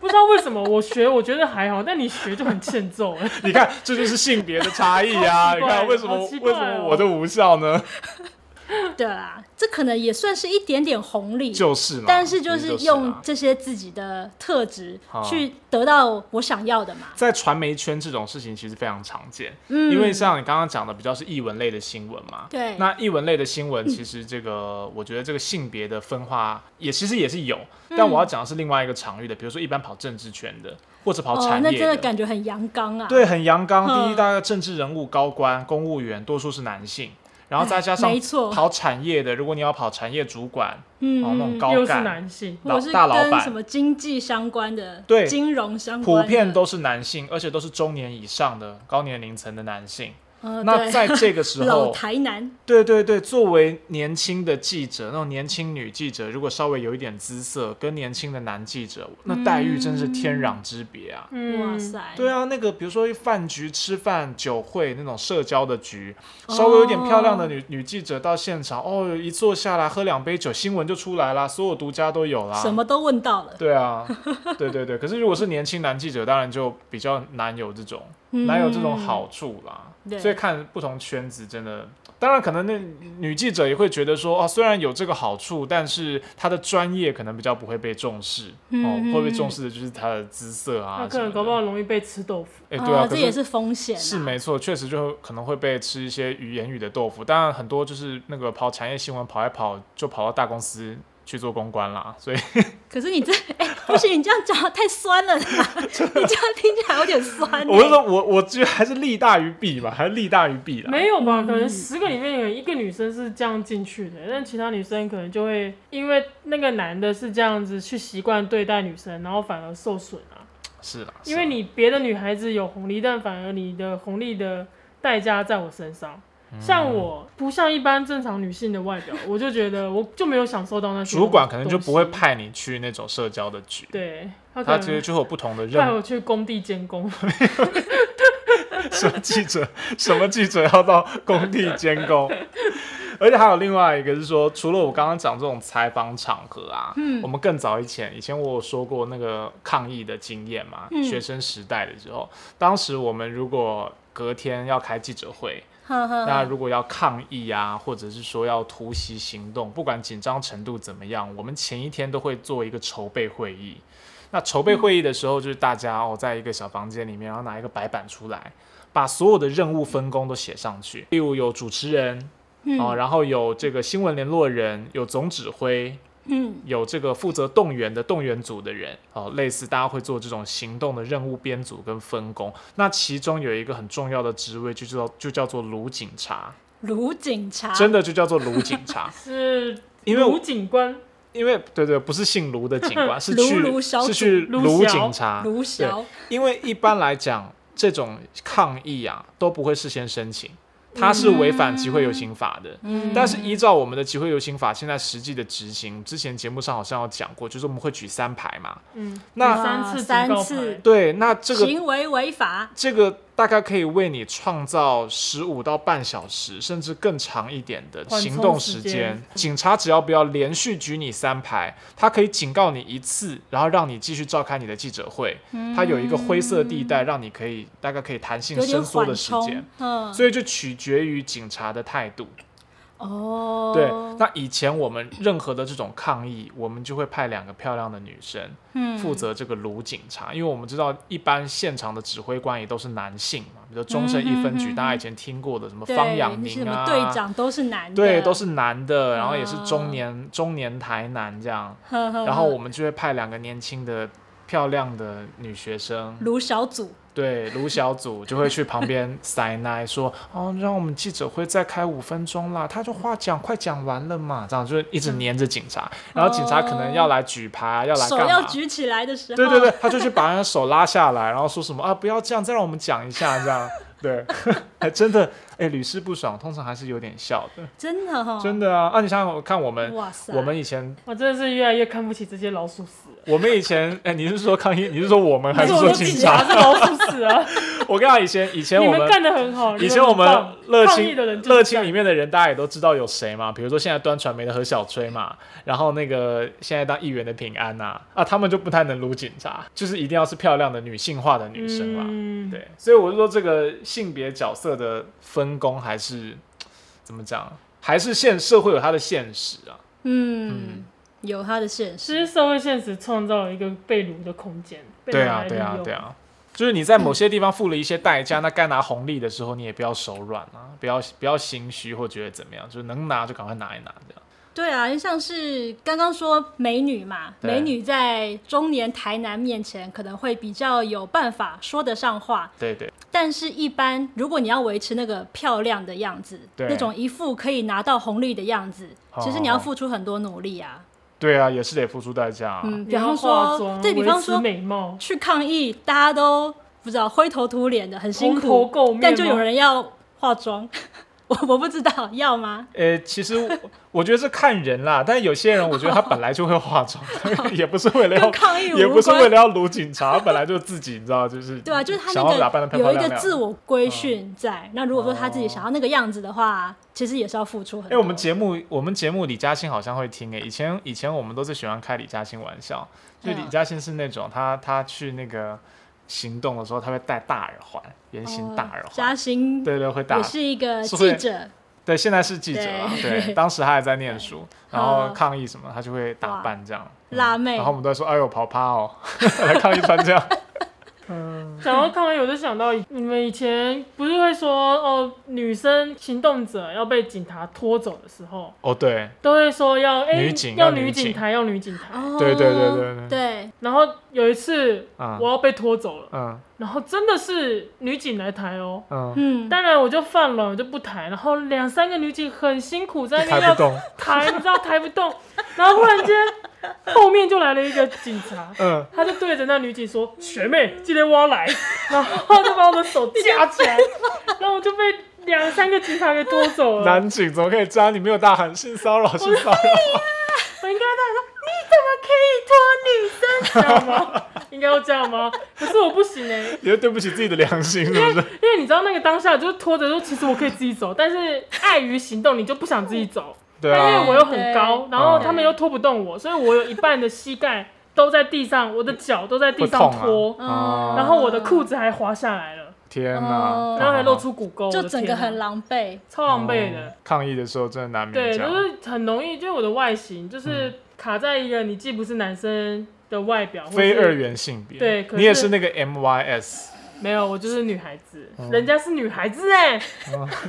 D: 不知道为什么我学我觉得还好，但你学就很
C: <laughs>
D: 欠揍哎、
C: 你看，这就是性别的差异
B: <laughs>
C: 啊！
D: 好
C: 你
D: 奇怪
C: 看为什么、
D: 好奇怪
C: 为
D: 哦
C: 什么我的无效呢？
B: 哦对啦，这可能也算是一点点红利，
C: 就是嘛，
B: 但是就
C: 其实
B: 是
C: 就是
B: 用
C: 啦
B: 这些自己的特质
C: 好
B: 去得到我想要的嘛。
C: 在传媒圈这种事情其实非常常见，
B: 嗯，
C: 因为像你刚刚讲的比较是译文类的新闻嘛。
B: 对，嗯
C: 那译文类的新闻，其实这个、我觉得这个性别的分化也其实也是有，
B: 嗯
C: 但我要讲的是另外一个场域的，比如说一般跑政治圈的，或者跑
B: 哦
C: 产，
B: 那
C: 业
B: 真的感觉很阳刚啊。
C: 对，很阳刚。第一，
B: 嗯
C: 大概政治人物、高官、公务员多数是男性，然后再加上
B: 哎没错
C: 跑产业的，如果你要跑产业主管，
B: 嗯，
C: 哦，那种高
D: 又是
C: 干，
D: 男性，
B: 或
C: 老
B: 者是
C: 大老
B: 跟什
C: 板，
B: 么经济相关的、
C: 对
B: 金融相关
C: 普
B: 的，
C: 遍都是男性，而且都是中年以上的高年龄层的男性。
B: 呃
C: 那
B: 对 <laughs>
C: 在这个时
B: 老
C: 候，
B: 台南，
C: 对对对，作为年轻的记者，那种年轻女记者，如果稍微有一点姿色，跟年轻的男记者，那待遇真是天壤之别啊！
D: 嗯，
B: 哇塞，
C: 对啊，那个比如说饭局吃饭、酒会那种社交的局，
B: 哦
C: 稍微有点漂亮的女、女记者到现场，哦，一坐下来喝两杯酒，新闻就出来啦，所有独家都有啦。
B: 什么都问到了，
C: 对啊，对对对。可是如果是年轻男记者，当然就比较难有这种、
B: 嗯
C: 难有这种好处啦。
B: 对
C: 所以看不同圈子，真的，当然可能那女记者也会觉得说，哦，虽然有这个好处，但是她的专业可能比较不会被重视，
D: 嗯
C: 哦，会被重视的就是她的姿色啊
D: 那
C: 什
D: 嗯
C: 么的
D: 可能搞不好哦容易被吃豆腐。
C: 哎、对啊，可
B: 这也是风险啊，
C: 是没错，确实就可能会被吃一些语言语的豆腐。当然，很多就是那个跑产业新闻跑来跑，就跑到大公司去做公关啦。所以
B: 可是你这， <laughs> 哎、不行，你这样讲太酸了啦，
C: <laughs>
B: 你这样听起来有点酸欸、
C: 我是说我我觉得还是利大于弊吧，还是利大于弊啦。
D: 没有
B: 嗯
D: 吧？可能十个里面有一个女生是这样进去的，但其他女生可能就会因为那个男的是这样子去习惯对待女生，然后反而受损啊。
C: 是啦，是
D: 因为
C: 啦
D: 你别的女孩子有红利，但反而你的红利的代价在我身上。
C: 嗯
D: 像我不像一般正常女性的外表，我就觉得我就没有享受到那些
C: 主管可能就
D: 东西
C: 不会，派你去那种社交的局，
D: 对他可
C: 他其实
D: 能
C: 就会有不同的
D: 派
C: 任 <laughs> 务。
D: 我去工地
C: <laughs>
D: 监工，，
C: 什么记者，什么记者要到工地监工？而且还有另外一个是说，除了我刚刚讲这种采访场合啊，我们更早以前，以前我有说过那个抗议的经验嘛，学生时代的时候，当时我们如果隔天要开记者会，
B: 哎呵呵
C: 那
B: 呵，
C: 如果要抗议啊，或者是说要突袭行动，不管紧张程度怎么样，我们前一天都会做一个筹备会议。那筹备会议的时候，就是大家哦，在一个小房间里面，然后拿一个白板出来，把所有的任务分工都写上去。例如有主持人，
B: 嗯
C: 哦，然后有这个新闻联络人，有总指挥，
B: 嗯，
C: 有这个负责动员的动员组的人哦，类似大家会做这种行动的任务编组跟分工。那其中有一个很重要的职位，就叫就叫做卢警察，
B: 卢警察，
C: 真的就叫做卢警
B: <laughs>
C: 察
D: 是
C: 因为
D: 卢
C: 我
D: 警官，
C: 因为对对，不是姓卢的警
B: <laughs>
C: 官，是
B: 卢
C: 去
B: 卢小
C: 是
B: 组
C: 去
D: 卢
C: 卢
D: 小
C: 警察，
B: 卢小，
C: 因为一般来讲，这种抗议啊都不会事先申请，它是违反集会游行法的。
B: 嗯
C: 但是依照我们的集会游行法现在实际的执行，之前节目上好像有讲过，就是我们会举三牌嘛。
D: 嗯，
C: 那
D: 有三次警
B: 三
D: 告
B: 次
D: 牌
C: 对，那这个
B: 行为违法，
C: 这个大概可以为你创造十五到半小时，甚至更长一点的
D: 缓冲
C: 行动时
D: 时间
C: 间。警察只要不要连续举你三排，他可以警告你一次，然后让你继续召开你的记者会。他有一个灰色地带，让你可以大概可以弹性
B: 嗯有点
C: 伸缩
B: 缓
C: 的时
B: 冲
C: 间。，
B: 嗯，
C: 所以就取决于警察的态度。
B: 哦，
C: 对，那以前我们任何的这种抗议，我们就会派两个漂亮的女生
B: 嗯
C: 负责这个卢警察，因为我们知道一般现场的指挥官也都是男性嘛，比如
B: 嗯
C: 中正一分局，大家以前听过的什么
B: 对
C: 方养
B: 你是什
C: 明
B: 么
C: 啊，
B: 队长都是男的，
C: 对，都是男的，然后也是
B: 啊
C: 中年、中年台男这样，
B: 呵，呵
C: 然后我们就会派两个年轻的。漂亮的女学生，
B: 卢小组，
C: 对卢小组就会去旁
B: <laughs>
C: 边塞奶说：“哦，让我们记者会再开五分钟啦。”他就话讲快讲完了嘛，这样就一直黏着警察，然后警察可能要来举牌，要来
B: 嗯哦手
C: 干
B: 要
C: 嘛？
B: 举起来的时候，
C: <laughs> 对对对，他就去把人家手拉下来，然后说什么啊，不要这样，再让我们讲一下这样。 <laughs> 对， <laughs> 还真的，哎，屡试不爽，通常还是有点笑的，
B: 真的哈，
C: 真的啊。啊，你想想看，我们
B: 哇塞，
C: 我们以前，
D: 我真的是越来越看不起这些老鼠屎了。 <laughs>
C: 我们以 <laughs> 前，哎，你是说抗议？你是说我们还是
D: 不
C: 说
D: 我
C: 警
D: 警
C: 察？
D: 是老鼠屎啊！
C: 我跟你讲，以前以前
D: 你
C: 我
D: 们
C: 们
D: 干得很好。你
C: 以前
D: 很
C: 我们
D: 棒
C: 乐
D: 抗议的
C: 清
D: 人就是
C: 乐清里面的人，大家也都知道有谁嘛，比如说现在端传媒的何小吹嘛，然后那个现在当议员的平安呐、啊，他们就不太能撸警察，就是一定要是漂亮的女性化的女生嘛。
D: 嗯，
C: 对，所以我就说这个性别角色的分工还是怎么讲，还是现社会有它的现实啊。
B: 嗯，有他的现
D: 其
B: 实，
D: 实社会现实创造了一个被掳的空间，被
C: 对
D: 拿
C: 啊
D: 来，
C: 对
D: 利
C: 啊
D: 用，
C: 对。啊，就是你在某些地方付了一些代价，那该拿红利的时候，你也不要手软啊，不要不要心虚或觉得怎么样，就是能拿就赶快拿一拿这样。
B: 对啊，就像是刚刚说美女嘛，
C: 对
B: 美女在中年台男面前可能会比较有办法说得上话，
C: 对对
B: 但是一般如果你要维持那个漂亮的样子，
C: 对
B: 那种一副可以拿到红利的样子，其实你要付出很多努力啊，
C: 对啊，也是得付出代价、啊。
B: 嗯，比
D: 然后
B: 方
D: 化
B: 说
D: 妆，，
B: 对比
D: 维
B: 方
D: 持
B: 说
D: 美貌，
B: 去抗议，大家都不知道灰头土脸的，很辛
D: 蓬头
B: 苦，
D: 垢面吗，
B: 但就有人要化妆， <laughs> 我我不知道要吗？
C: 呃，其实我我觉得是看人啦，但有些人我觉得他本来就会化妆， <laughs> 也不是为了
B: 跟
C: <laughs> 要，
B: 抗议无关，
C: 也不是为了要撸警察，本来就自己你知道就是
B: 对啊，就是他
C: 想要打
B: 那
C: 扮的
B: 个
C: 漂
B: 有
C: 漂
B: 一
C: 亮
B: 个
C: 亮。
B: 自我规训在。那如果说他自己
C: 哦
B: 想要那个样子的话，其实也是要付出很
C: 哎、
B: 多。
C: 我们节目我们节目李嘉欣好像会听哎、以前以前我们都是喜欢开李嘉欣玩笑，就李
B: 嗯
C: 嘉欣是那种他他去那个行动的时候，他会戴大耳环，圆形大耳
B: 哦
C: 环，
B: 嘉欣
C: 对对，会戴
B: 也是一个记
C: 是会
B: 者，
C: 对，现在是记者啊，
B: 对
C: 对，当时他还在念书，然后
B: 好
C: 抗议什么，他就会打扮这样，
B: 辣妹
C: 然后我们都在说，哎呦，跑趴哦， <laughs> 来抗议穿这样，
D: 想到抗议，我就想到你们以前不是会说哦，女生行动者要被警察拖走的时候，
C: 哦，对，
D: 都会说要哎、
C: 女警
D: 要
C: 要女
D: 警
C: 警
D: 台，要女警台。
B: 哦
C: 对对对对对
B: 对
D: 然后有一次
C: 嗯
D: 我要被拖走了，
C: 嗯
D: 然后真的是女警来抬哦。
C: 嗯，
B: 嗯，
D: 当然我就放了，我就不抬。然后两三个女警很辛苦在那
C: 抬
D: 边要
C: 不动，
D: 抬， <laughs> 你知道抬不动。然后忽然间后面就来了一个警察，
B: <laughs>
C: 嗯，
D: 他就对着那女警说：“学妹，今天我要来。” <laughs> 然后就把我的手架起来，然后我就被两三个警察给拖走了。
C: 男警怎么可以这样？你没有大喊性骚扰， <laughs> 性骚扰，
D: 我应该大说：“你怎么可以拖女生？”知道吗？ <laughs> 应该要这样吗？可是我不行哎、
C: 你就对不起自己的良心，是不是？
D: 因为你知道那个当下就是拖着说，其实我可以自己走，但是碍于行动，你就不想自己走。
C: 对
D: 但因
C: 啊
D: 为我，又很高，然后
C: 嗯
D: 他们又拖不动我，所以我有一半的膝盖都在地上，我的脚都在地上
C: 会痛啊
D: 拖，
C: 哦
D: 然后我的裤子还滑下来了，
C: 天哪、
B: 哦
D: 嗯然后还露出骨沟，
B: 就
D: 我的
B: 整个
D: 天啊
B: 很嗯狼狈。
D: 超狼狈的。
C: 哦抗议的时候真的难免
D: 对，
C: 这样。
D: 就是很容易，就是我的外形
C: 嗯
D: 就是卡在一个你既不是男生的外表，或
C: 非
D: 是
C: 二元性别，
D: 对可是
C: 你也是那个 M Y S， <laughs>
D: 没有，我就是女孩子，人家是女孩子哎、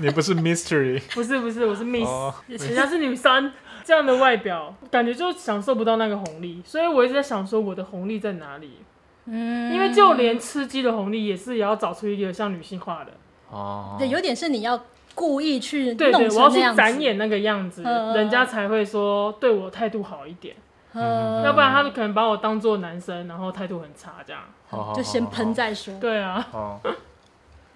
C: 你不是 Mystery
D: 不是不是，我是 miss，、
C: 哦
D: <laughs> 人家是女生，这样的外表感觉就享受不到那个红利，所以我一直在想说我的红利在哪里，
B: 嗯，
D: 因为就连吃鸡的红利也是也要找出一个像女性化的，
C: 哦，
B: 对，有点是你要故意去
D: 对对
B: 弄，
D: 我要
B: 成那
D: 去
B: 样子，
D: 展演那个样子，
B: 嗯
D: 人家才会说对我态度好一点，
B: 呃，
D: 要不然他们可能把我当做男生，然后态度很差这样。
C: 好
B: 就先喷。再说。
D: 对啊，
C: 哦，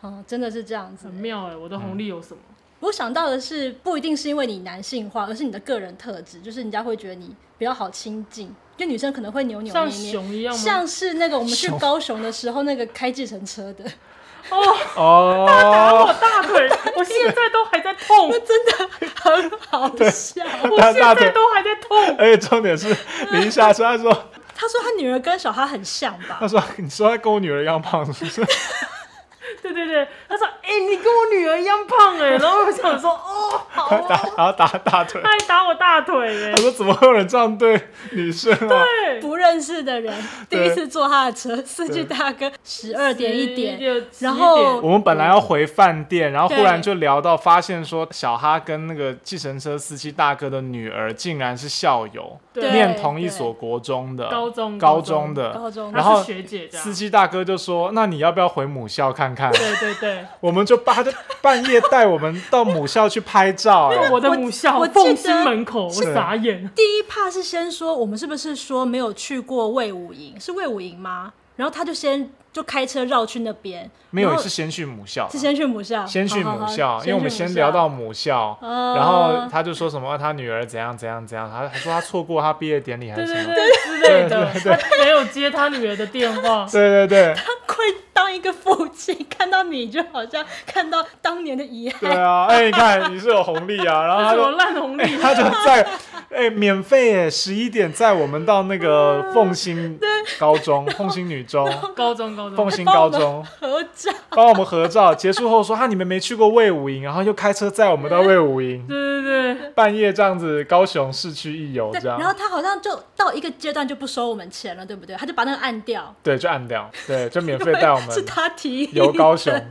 B: 嗯，真的是这样子
D: 很。妙哎、我的红利有什么？
B: 我想到的是，不一定是因为你男性化，而是你的个人特质，就是人家会觉得你比较好亲近，就女生可能会扭扭
D: 像
B: 捏捏。
D: 熊一样
B: 嗯
D: 吗？
B: 像是那个我们去
C: 熊
B: 高雄的时候，那个开计程车
D: <laughs>
B: 的，
D: 哦，
C: 哦， <laughs>
D: 我大腿，我现在都还
B: <laughs>
D: 在痛，
B: 很好笑。
D: 我
C: 他
D: 现
C: 大腿
D: 在都还在 <laughs> 痛。
C: 而且哎重点是，你一下车，他说，
B: 他说他女儿跟小哈很像吧
C: 他？说，你说他跟我女儿一样胖， <laughs> 是不是？
D: 对对对，他说：“哎、你跟我女儿一样胖哎、然后我想说：“哦， <laughs> 好
C: 他打
D: 啊。，
C: 然后打大”腿
D: 他。还打我大腿哎、 <laughs>
C: 他说，怎么会有人这样对女生啊？
D: 对，
B: 不认识的人第
C: 对
B: 一次坐他的车，司机大哥十二点一点，
D: 11
B: 然后
C: 我们本来要回饭店，然后忽然
B: 对
C: 就聊到，发现说小哈跟那个计程车司机大哥的女儿竟然是校友，
D: 对
C: 念同一所国中的，
D: 高中
C: 高中的，
B: 高中
D: 她
C: 然后
D: 是学姐这样
C: 司。机大哥就说：“那你要不要回母校看 <laughs> 看？”
D: 对对对，
C: 我们就半半夜带我们到母校去拍照、哎
D: 我的母校
B: 我记得
D: 凤新门口，我傻眼。
B: 第一怕是先说我们是不是说没有去过魏武营，是魏武营吗？然后他就先就开车绕去那边，
C: 没有
B: 然后
C: 是先去母校啦，
B: 是先去母校，
C: 先去母校，
B: 好好好
C: 因为我们先聊到母校，
B: 哦
C: 然后他就说什么、啊他女儿怎样怎样怎样，他还说他错过他毕业典礼还
D: 对
C: 是
D: 对
C: 什么，
D: 对，之类的
C: 对，
D: 他没有接他女儿的电 <laughs> 话，
C: 对对对
B: 他会当一个父亲，看到你就好像看到当年的遗
C: <laughs> 对
B: 憾。
C: 啊！哎、你看你是有红利啊，然后他
D: 这什么
B: <laughs>
C: 就
D: 烂红利？ <laughs>
C: 他就在哎、免费哎十一点载我们到那个凤新高中、凤新
B: <laughs>
C: 女中、
D: 高中高
C: 凤
D: 中，
C: 新
B: 帮
C: 高
B: 我们
C: 中。
B: 合
C: <laughs>
B: 照，
C: 帮我们合照。结束后说：“啊哈、你们没去过魏武营，然后又开车载我们到魏武营，
D: 对对对，
C: 半夜这样子高雄市区一游
B: 对，
C: 这
B: 然后
C: 样。
B: 他好像就到一个阶段就不收我们钱了，对不对？他就把那个按掉”，
C: 对，就按掉，对，就免费带我
B: <laughs>
C: 们
B: 是他提议
C: 游高雄
B: <laughs> 的，。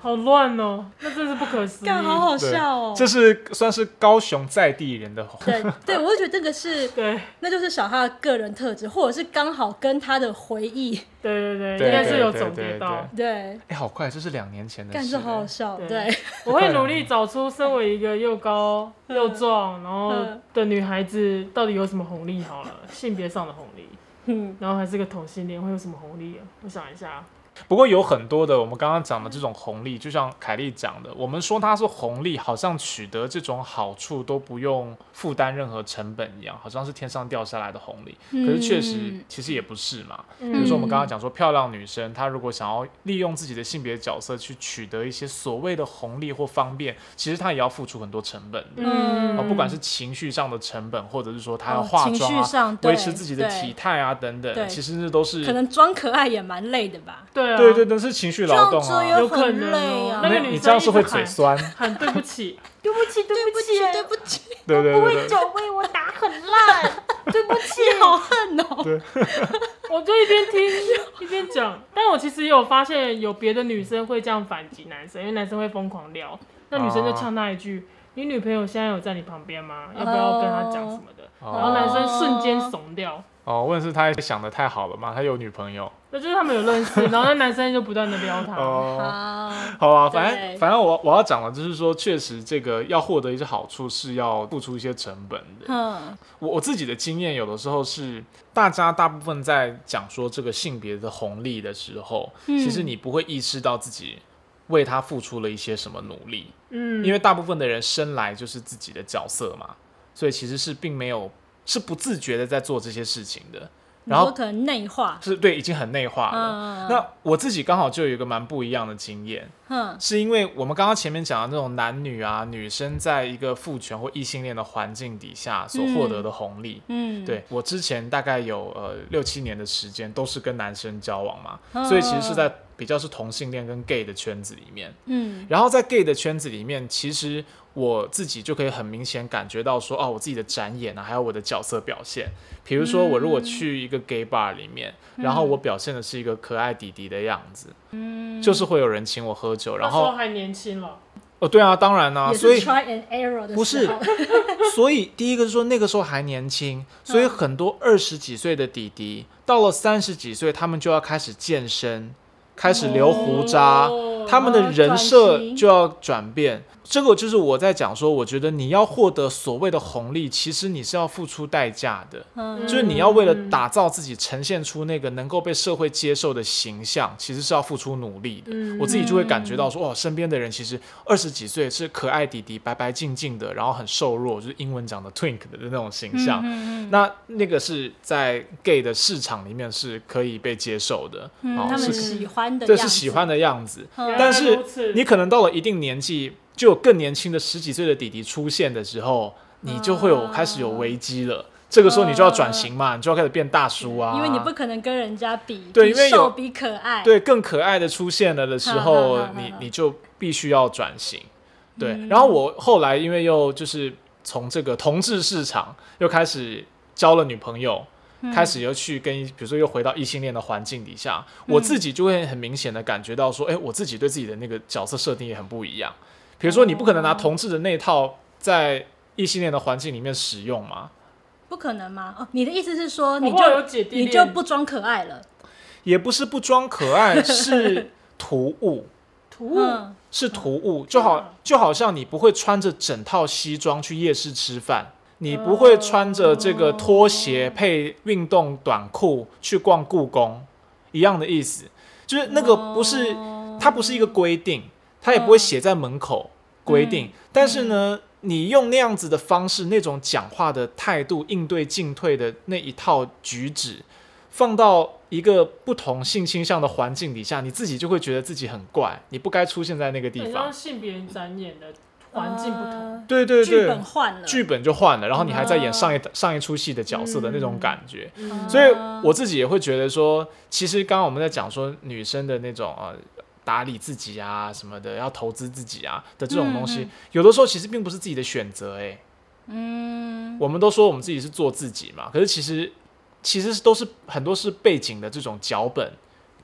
D: 好乱哦，那真是不可思议。
B: 干好好
C: 对
B: 笑哦，。
C: 这是算是高雄在地人的红。
B: 对对，我就觉得这个是，
D: 对
B: 那就是小哈的个人特质，或者是刚好跟他的回忆，
D: 对对
C: 对
D: 对，应该
C: 对
D: 是有
C: 对
D: 总
C: 对
D: 结
C: 对
D: 到。
B: 对，
C: 哎，好快，这是两年前的
B: 干
C: 事
B: 这好好
C: 了。
B: 笑，
D: 对
B: 对， <laughs>
D: <laughs> 我会努力找出身为一个又高又壮，然后的女孩子到底有什么红利？好了，性别上的红利，
B: 嗯，
D: 然后还是个同性恋，会有什么红利啊？我想一下，
C: 不过有很多的，我们刚刚讲的这种红利，就像凯莉讲的，我们说它是红利，好像取得这种好处都不用负担任何成本一样，好像是天上掉下来的红利。可是确实
B: 嗯，
C: 其实也不是嘛。比如
D: 嗯
C: 说我们刚刚讲说，漂亮女生她如果想要利用自己的性别角色去取得一些所谓的红利或方便，其实她也要付出很多成本的。
B: 嗯
C: 啊，不管是情绪上的成本，或者是说她要
B: 哦
C: 化
B: 情
C: 妆
B: 绪
C: 啊
B: 上，
C: 维
B: 对
C: 持自己的
B: 对
C: 体态啊等等，
B: 对
C: 其实这都是
B: 可能装可爱也蛮累的吧，
D: 对啊，
C: 对对对，是情绪劳动
B: 这样
C: 啊。
B: 子
D: 有
B: 又
D: 可
B: 很
D: 能
B: 累
D: 哦
B: 啊。
D: 那个
C: 你
D: 女
C: 你
D: 生
C: 这样是会
D: 一直喊
C: 嘴酸，
D: <laughs> 很对不起，对不起，对不起，
B: 对不起，啊
C: 对对对对，
D: 位我打很烂，对不起，
B: 你好恨
C: <laughs>
B: 哦，
D: 我就一边听一边讲。但我其实也有发现，有别的女生会这样反击男生，因为男生会疯狂聊，那女生就呛他一句：“
C: 啊
D: 你女朋友现在有在你旁边吗？要不要跟她讲什么的？”
C: 哦
D: 然后男生瞬间怂掉。
C: 哦，问是她想的太好了嘛，她有女朋友
D: 那就是他们有认识，然后那男生就不断的撩她。
C: 哦。
B: 好，
C: 好啊，反正
B: 对
C: 反正我我要讲的就是说，确实这个要获得一些好处是要付出一些成本的。
B: 嗯，
C: 我我自己的经验，有的时候是大家大部分在讲说这个性别的红利的时候，
D: 嗯
C: 其实你不会意识到自己为他付出了一些什么努力，
D: 嗯，
C: 因为大部分的人生来就是自己的角色嘛，所以其实是并没有是不自觉的在做这些事情的。然后
B: 你说可能内化，
C: 是对，已经很内化了。
B: 嗯，
C: 那我自己刚好就有一个蛮不一样的经验，
B: 嗯
C: 是因为我们刚刚前面讲的那种男女啊，女生在一个父权或异性恋的环境底下所获得的红利。
B: 嗯，
C: 对我之前大概有呃六七年的时间都是跟男生交往嘛，
B: 嗯
C: 所以其实是在比较是同性恋跟 gay 的圈子里面。
B: 嗯
C: 然后在 gay 的圈子里面，其实我自己就可以很明显感觉到说，哦，我自己的展演啊，还有我的角色表现。比如说，我如果去一个 gay bar 里面，然后我表现的是一个可爱弟弟的样子，
B: 嗯，
C: 就是会有人请我喝酒，
D: 那
C: 然
D: 时候
C: 后
D: 还年轻了，
C: 哦，对啊，当然啦、
B: 也是
C: 所以
B: try and error 的
C: 不
B: 时 <laughs>
C: 是
B: 候，
C: 所以第一个是说那个时候还年
B: 嗯
C: 轻，所以很多二十几岁的弟弟到了三十几岁，他们就要开始健身，开始留胡渣，
D: 哦
C: 他们的人
B: 转
C: 设
B: 型
C: 就要转变。这个就是我在讲说，我觉得你要获得所谓的红利，其实你是要付出代价的。
B: 嗯
C: <laughs> 就是你要为了打造自己，呈现出那个能够被社会接受的形象，其实是要付出努力的。
D: 嗯
C: 我自己就会感觉到说，哇，哦身边的人其实二十几岁是可爱弟弟、白白净净的，然后很瘦弱，就是英文讲的 twink 的那种形象。
B: 嗯嗯嗯
C: 那那个是在 gay 的市场里面是可以被接受的，
B: 嗯
C: 哦
B: 他们
C: 是
B: 喜欢的
C: 这
B: 样
C: 是
B: 子，
C: 喜欢的样子。
B: 嗯，
C: 但
D: 原来
C: 是
D: 如此
C: 你可能到了一定年纪，就有更年轻的十几岁的弟弟出现的时候，你就会有开始有危机了。这个时候你就要转型嘛，你就要开始变大叔啊，
B: 嗯因为你不可能跟人家比，
C: 对
B: 比
C: 因为有
B: 瘦比可爱，
C: 对更可爱的出现了的时候，
B: <laughs> 哈哈哈哈嗯
C: 你你就必须要转型。对，然后我后来因为又就是从这个同志市场又开始交了女朋友，
B: 嗯
C: 开始又去跟一比如说又回到异性恋的环境底下，
B: 嗯
C: 我自己就会很明显的感觉到说，哎、我自己对自己的那个角色设定也很不一样。比如说，你不可能
B: 哦
C: 拿同志的那一套在异性恋的环境里面使用嘛，
B: 不可能吗？哦，你的意思是说
D: 搞
B: 你
D: 不好有
B: 就
D: 姐弟
B: 你
D: 恋
B: 就不装可爱了？
C: 也不是不装
B: <laughs>
C: 可爱，是突兀。
D: 突兀
B: 嗯，
C: 是突兀，就好就好像你不会穿着整套西装去夜市吃饭，你不会穿着这个拖鞋配运动短裤去逛故宫，一样的意思，就是那个不是
B: 哦
C: 它不是一个规定，它也不会写在门口
B: 嗯
C: 规定，但是呢。你用那样子的方式，那种讲话的态度、应对进退的那一套举止，放到一个不同性倾向的环境底下，你自己就会觉得自己很怪，你不该出现在那个地
D: 很
C: 方
D: 像。性别展演的环境不同，
B: 呃，
C: 对对
B: 剧
C: 对
B: 本，嗯换了，
C: 剧本就换了，然后你还在演上一、上一出戏的角色的那种感觉。
D: 嗯
C: 所以
B: 啊
C: 我自己也会觉得说，其实刚刚我们在讲说女生的那种呃打理自己啊什么的，要投资自己啊的这种东西，
B: 嗯嗯
C: 有的时候其实并不是自己的选择、欸。
B: 嗯，
C: 我们都说我们自己是做自己嘛，可是其实其实都是很多是背景的这种脚本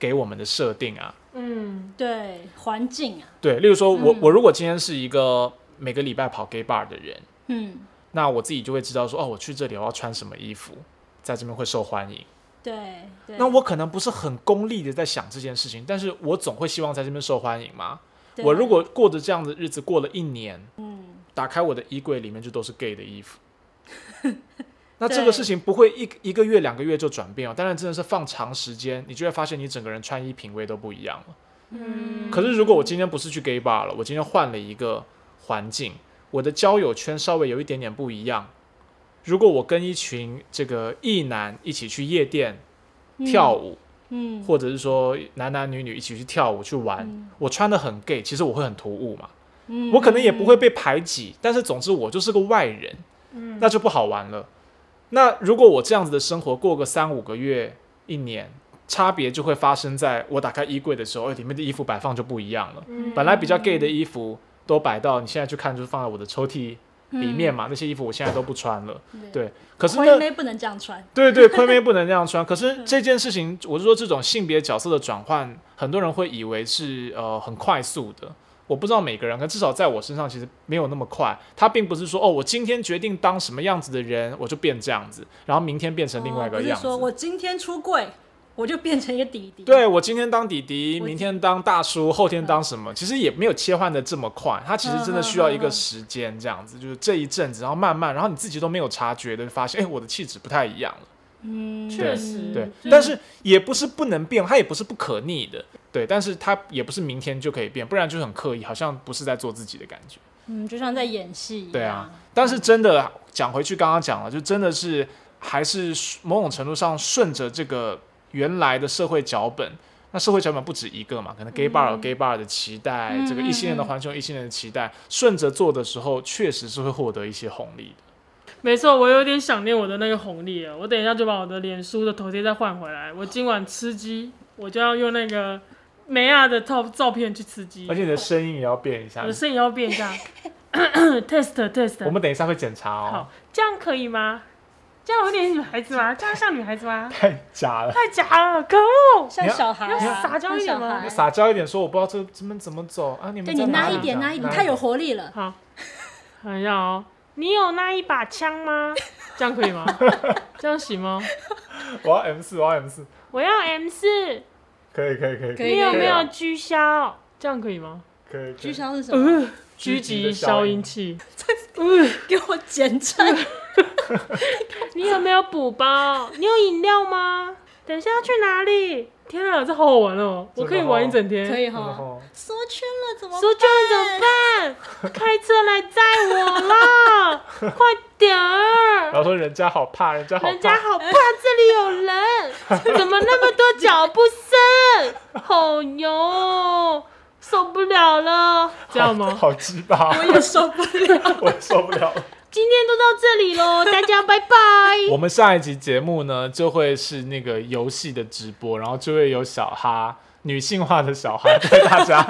C: 给我们的设定啊。
D: 嗯，
B: 对，环境啊，
C: 对，例如说我、我如果今天是一个每个礼拜跑 gay bar 的人，
B: 嗯，
C: 那我自己就会知道说，哦，我去这里我要穿什么衣服，在这边会受欢迎。
B: 对对，
C: 那我可能不是很功利的在想这件事情，但是我总会希望在这边受欢迎嘛。
B: 对
C: 我如果过着这样的日子过了一年，
B: 嗯，
C: 打开我的衣柜里面就都是 gay 的
B: <laughs>
C: 衣服。那
B: 对
C: 这个事情不会一一个月、两个月就转变哦，当然真的是放长时间，你就会发现你整个人穿衣品味都不一样了。
D: 嗯
C: 可是如果我今天不是去 gay bar 了，我今天换了一个环境，我的交友圈稍微有一点点不一样。如果我跟一群这个异男一起去夜店跳舞，
B: 嗯，
C: 或者是说男男女女一起去跳舞去玩，
B: 嗯
C: 我穿的很 gay，其实我会很突兀嘛，
B: 嗯，
C: 我可能也不会被排挤，但是总之我就是个外人，
D: 嗯
C: 那就不好玩了。那如果我这样子的生活过个三五个月、一年，差别就会发生在我打开衣柜的时候，哎里面的衣服摆放就不一样了。
D: 嗯
C: 本来比较 gay 的衣服都摆到你现在去看，就是放在我的抽屉里面嘛，那些衣服我现在都不穿了。
B: 嗯，
C: 对，可是
B: 灰
C: 呢，
B: 妹不能这样穿，
C: 对对，坤妹不能那样穿。可
B: 嗯
C: 是这件事情，我是说这种性别角色的转换，很多人会以为是呃很快速的。我不知道每个人，可至少在我身上其实没有那么快。他并不是说哦，我今天决定当什么样子的人，我就变这样子，然后明天变成另外一
B: 哦
C: 个
B: 不是
C: 样子。
B: 说我今天出柜，我就变成一个弟弟，，
C: 对我今天当弟弟，
B: 我
C: 明天当大叔，后天当什么？其实也没有切换的这么快，他其实真的需要一个时间，这样子，就是这一阵子，然后慢慢，然后你自己都没有察觉的发现，哎，我的气质不太一样了。
B: 嗯，
D: 确实
C: 对，
D: 就
C: 但是也不是不能变，它也不是不可逆的，对，但是它也不是明天就可以变，不然就很刻意，好像不是在做自己的感觉，啊
B: 嗯，就像在演戏一样，
C: 对啊。但是真的讲回去刚刚讲了，就真的是还是某种程度上顺着这个原来的社会脚本。那社会脚本不止一个嘛，可能 gay
B: 嗯
C: bar 有 gay bar 的期待，这个异性恋的环球有异性恋的期待，顺着做的时候，确实是会获得一些红利的。
D: 没错，我有点想念我的那个红利了。我等一下就把我的脸书的头贴再换回来。我今晚吃鸡，我就要用那个梅亚的照照片去吃鸡
C: 而。且你的声音也要变一下
D: 我的，声音要变一
C: <laughs>
D: <coughs> 下，test test。
C: 我们等一下会检查哦 <laughs>
D: 好。，这样可以吗？这样有点女孩子吗？这样像女孩子吗？
C: 太假了，
D: 太假了，可恶！
B: 像小孩、
D: 你要
B: 啊，
D: 撒娇一点吗
B: 像小孩
C: 撒娇一点说，我不知道这这边怎么走啊？你们
B: 对
C: 在
B: 你
C: 哪
B: 那
C: 里
B: 一点
C: 这样
B: 那一点，太有活力了。
D: 好，等一下哦。你有那一把枪吗？这样可 <laughs> 以吗？这样行吗？
C: 我要 M 四，我要 M 四，
D: 我要 M 四，
C: 可以可以可以
B: 可以
D: 你有没
C: 可以
D: 有
C: 啊
D: 狙销？这样可以吗？
C: 可以。
B: 居
C: 可以
B: 销是什么？
D: 呃，狙击消音器。
B: 给我简
C: <laughs>
B: 称。
D: 你有没有补包？你有饮料吗？等一下要去哪里？天啊，这好好玩哦！
C: 真的
D: 我可以玩一整天。
B: 可以
C: 然
B: 哈，
C: 后
B: 缩圈了怎么？
D: 说就是怎 <laughs> 么办？开车来载我啦！快点
C: 然
D: 儿！
C: 后说人家好怕，人家好
D: 人家
C: 怕，
D: 好怕这里
C: <laughs>
D: 有人，怎么那么多脚步声？好哟，受不了了！这样吗？
C: 好 <laughs> 鸡巴，
B: 我也受不了。
C: 我受
B: <laughs>
C: 不了了。
D: 今天就到这里
C: <laughs>
D: 喽，大家拜拜。
C: 我们下一集节目呢，就会是那个游戏的直播，然后就会有小哈女性化的小哈带
B: <laughs>
C: 大家，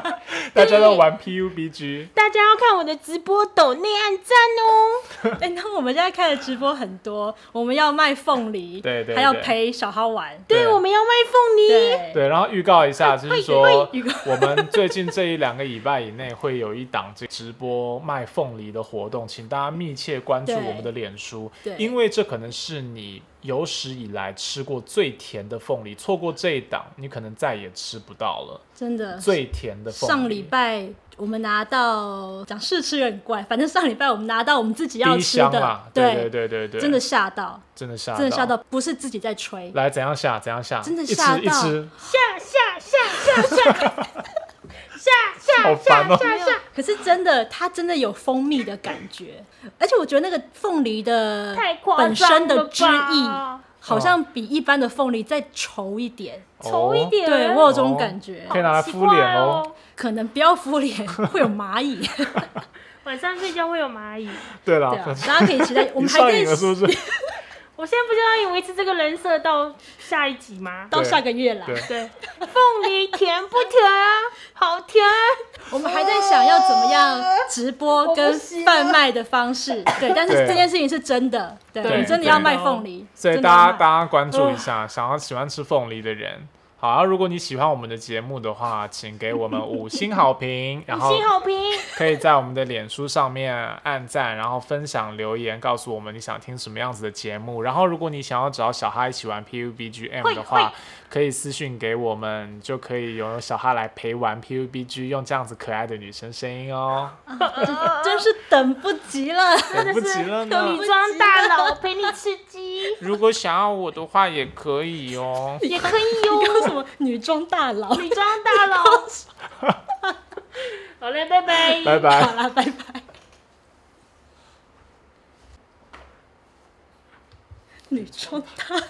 C: 大家都玩 PUBG，
D: 大家要看我的直播，抖内暗赞哦。
B: <laughs> 哎，那我们现在开的直播很多，我们要卖凤梨，
C: 对对
B: 还要
C: 对
B: 陪小哈玩。
D: 对，我们要卖凤梨。
B: 对，
C: 对，然后预告一下，就是说
B: 预告
C: 我们最近这一两个礼拜以内会有一档这直播卖凤梨的活动，请大家密切关注
B: 对
C: 我们的脸书
B: 对，
C: 因为这可能是你有史以来吃过最甜的凤梨，错过这一档，你可能再也吃不到了
B: 真的。
C: 最甜的凤梨。
B: 呃上礼拜我们拿到讲试吃有点怪，反正上礼拜我们拿到我们自己要
C: 第一
B: 吃
C: 箱嘛
B: 的，，
C: 对对对对对，
B: 真的吓到，
C: 真的吓
B: 真的吓到，不是自己在吹，
C: 来，怎样下？怎样下？
B: 真的
C: 一
B: 吓
C: 只一
B: 到
C: 只，
D: 下下下下下
C: 好
D: 下下
C: 烦哦
D: 下下下，
B: 可是真的它真的有蜂蜜的感觉，而且我觉得那个凤梨的
D: 太夸张了
B: 本身的汁液
D: 吧
B: 好像比一般的凤梨再稠一点，
D: 稠一点。
B: 对我有这种感觉，
C: 可以哦拿来敷脸哦
D: 哦。
B: 可能不要敷脸
C: <laughs>
B: 会有蚂蚁，
D: 晚上睡觉会有蚂蚁。
C: 哦。对了
B: 对，啊，大家可以期
C: <laughs>
B: 待，我
C: 你
B: 们还可
C: 上
B: 以
C: 瘾了是不是？
D: 我现在不就要维持这个人设到下一集吗？
B: 到下个月来，
C: 对
D: 对，凤梨甜不甜啊？好甜！
B: 我们还在想要怎么样直播跟贩卖的方式，对，但是
C: 对
B: 这件事情是真的，对，
D: 对
B: 我们真的要卖凤梨，
C: 所以
B: 真的要卖
C: 大家大家关注一下，
D: 哦
C: 想要喜欢吃凤梨的人。好，啊如果你喜欢我们的节目的话，请给我们五星好
D: <laughs>
C: 评，然
D: 五
C: 后
D: 星好评，
C: 可以在我们的脸书上面按赞，然后分享留言，告诉我们你想听什么样子的节目。然后，如果你想要找小哈一起玩 PUBGM
D: 会
C: 的话
D: 会，
C: 可以私讯给我们，就可以由小哈来陪玩 PUBG，用这样子可爱的女生声音哦，
B: 真是等不及
C: <laughs>
B: 了，
C: 等不及了呢
D: 女。装大佬陪你吃鸡
C: 如果想要我的话，也可以
D: <laughs>
C: 哦。
D: 也可以
B: 你
D: 哟。
B: 跟什么女装大佬？
D: 女装大佬，好嘞，拜拜，
C: 拜拜。
B: 好啦，拜拜。女装大佬。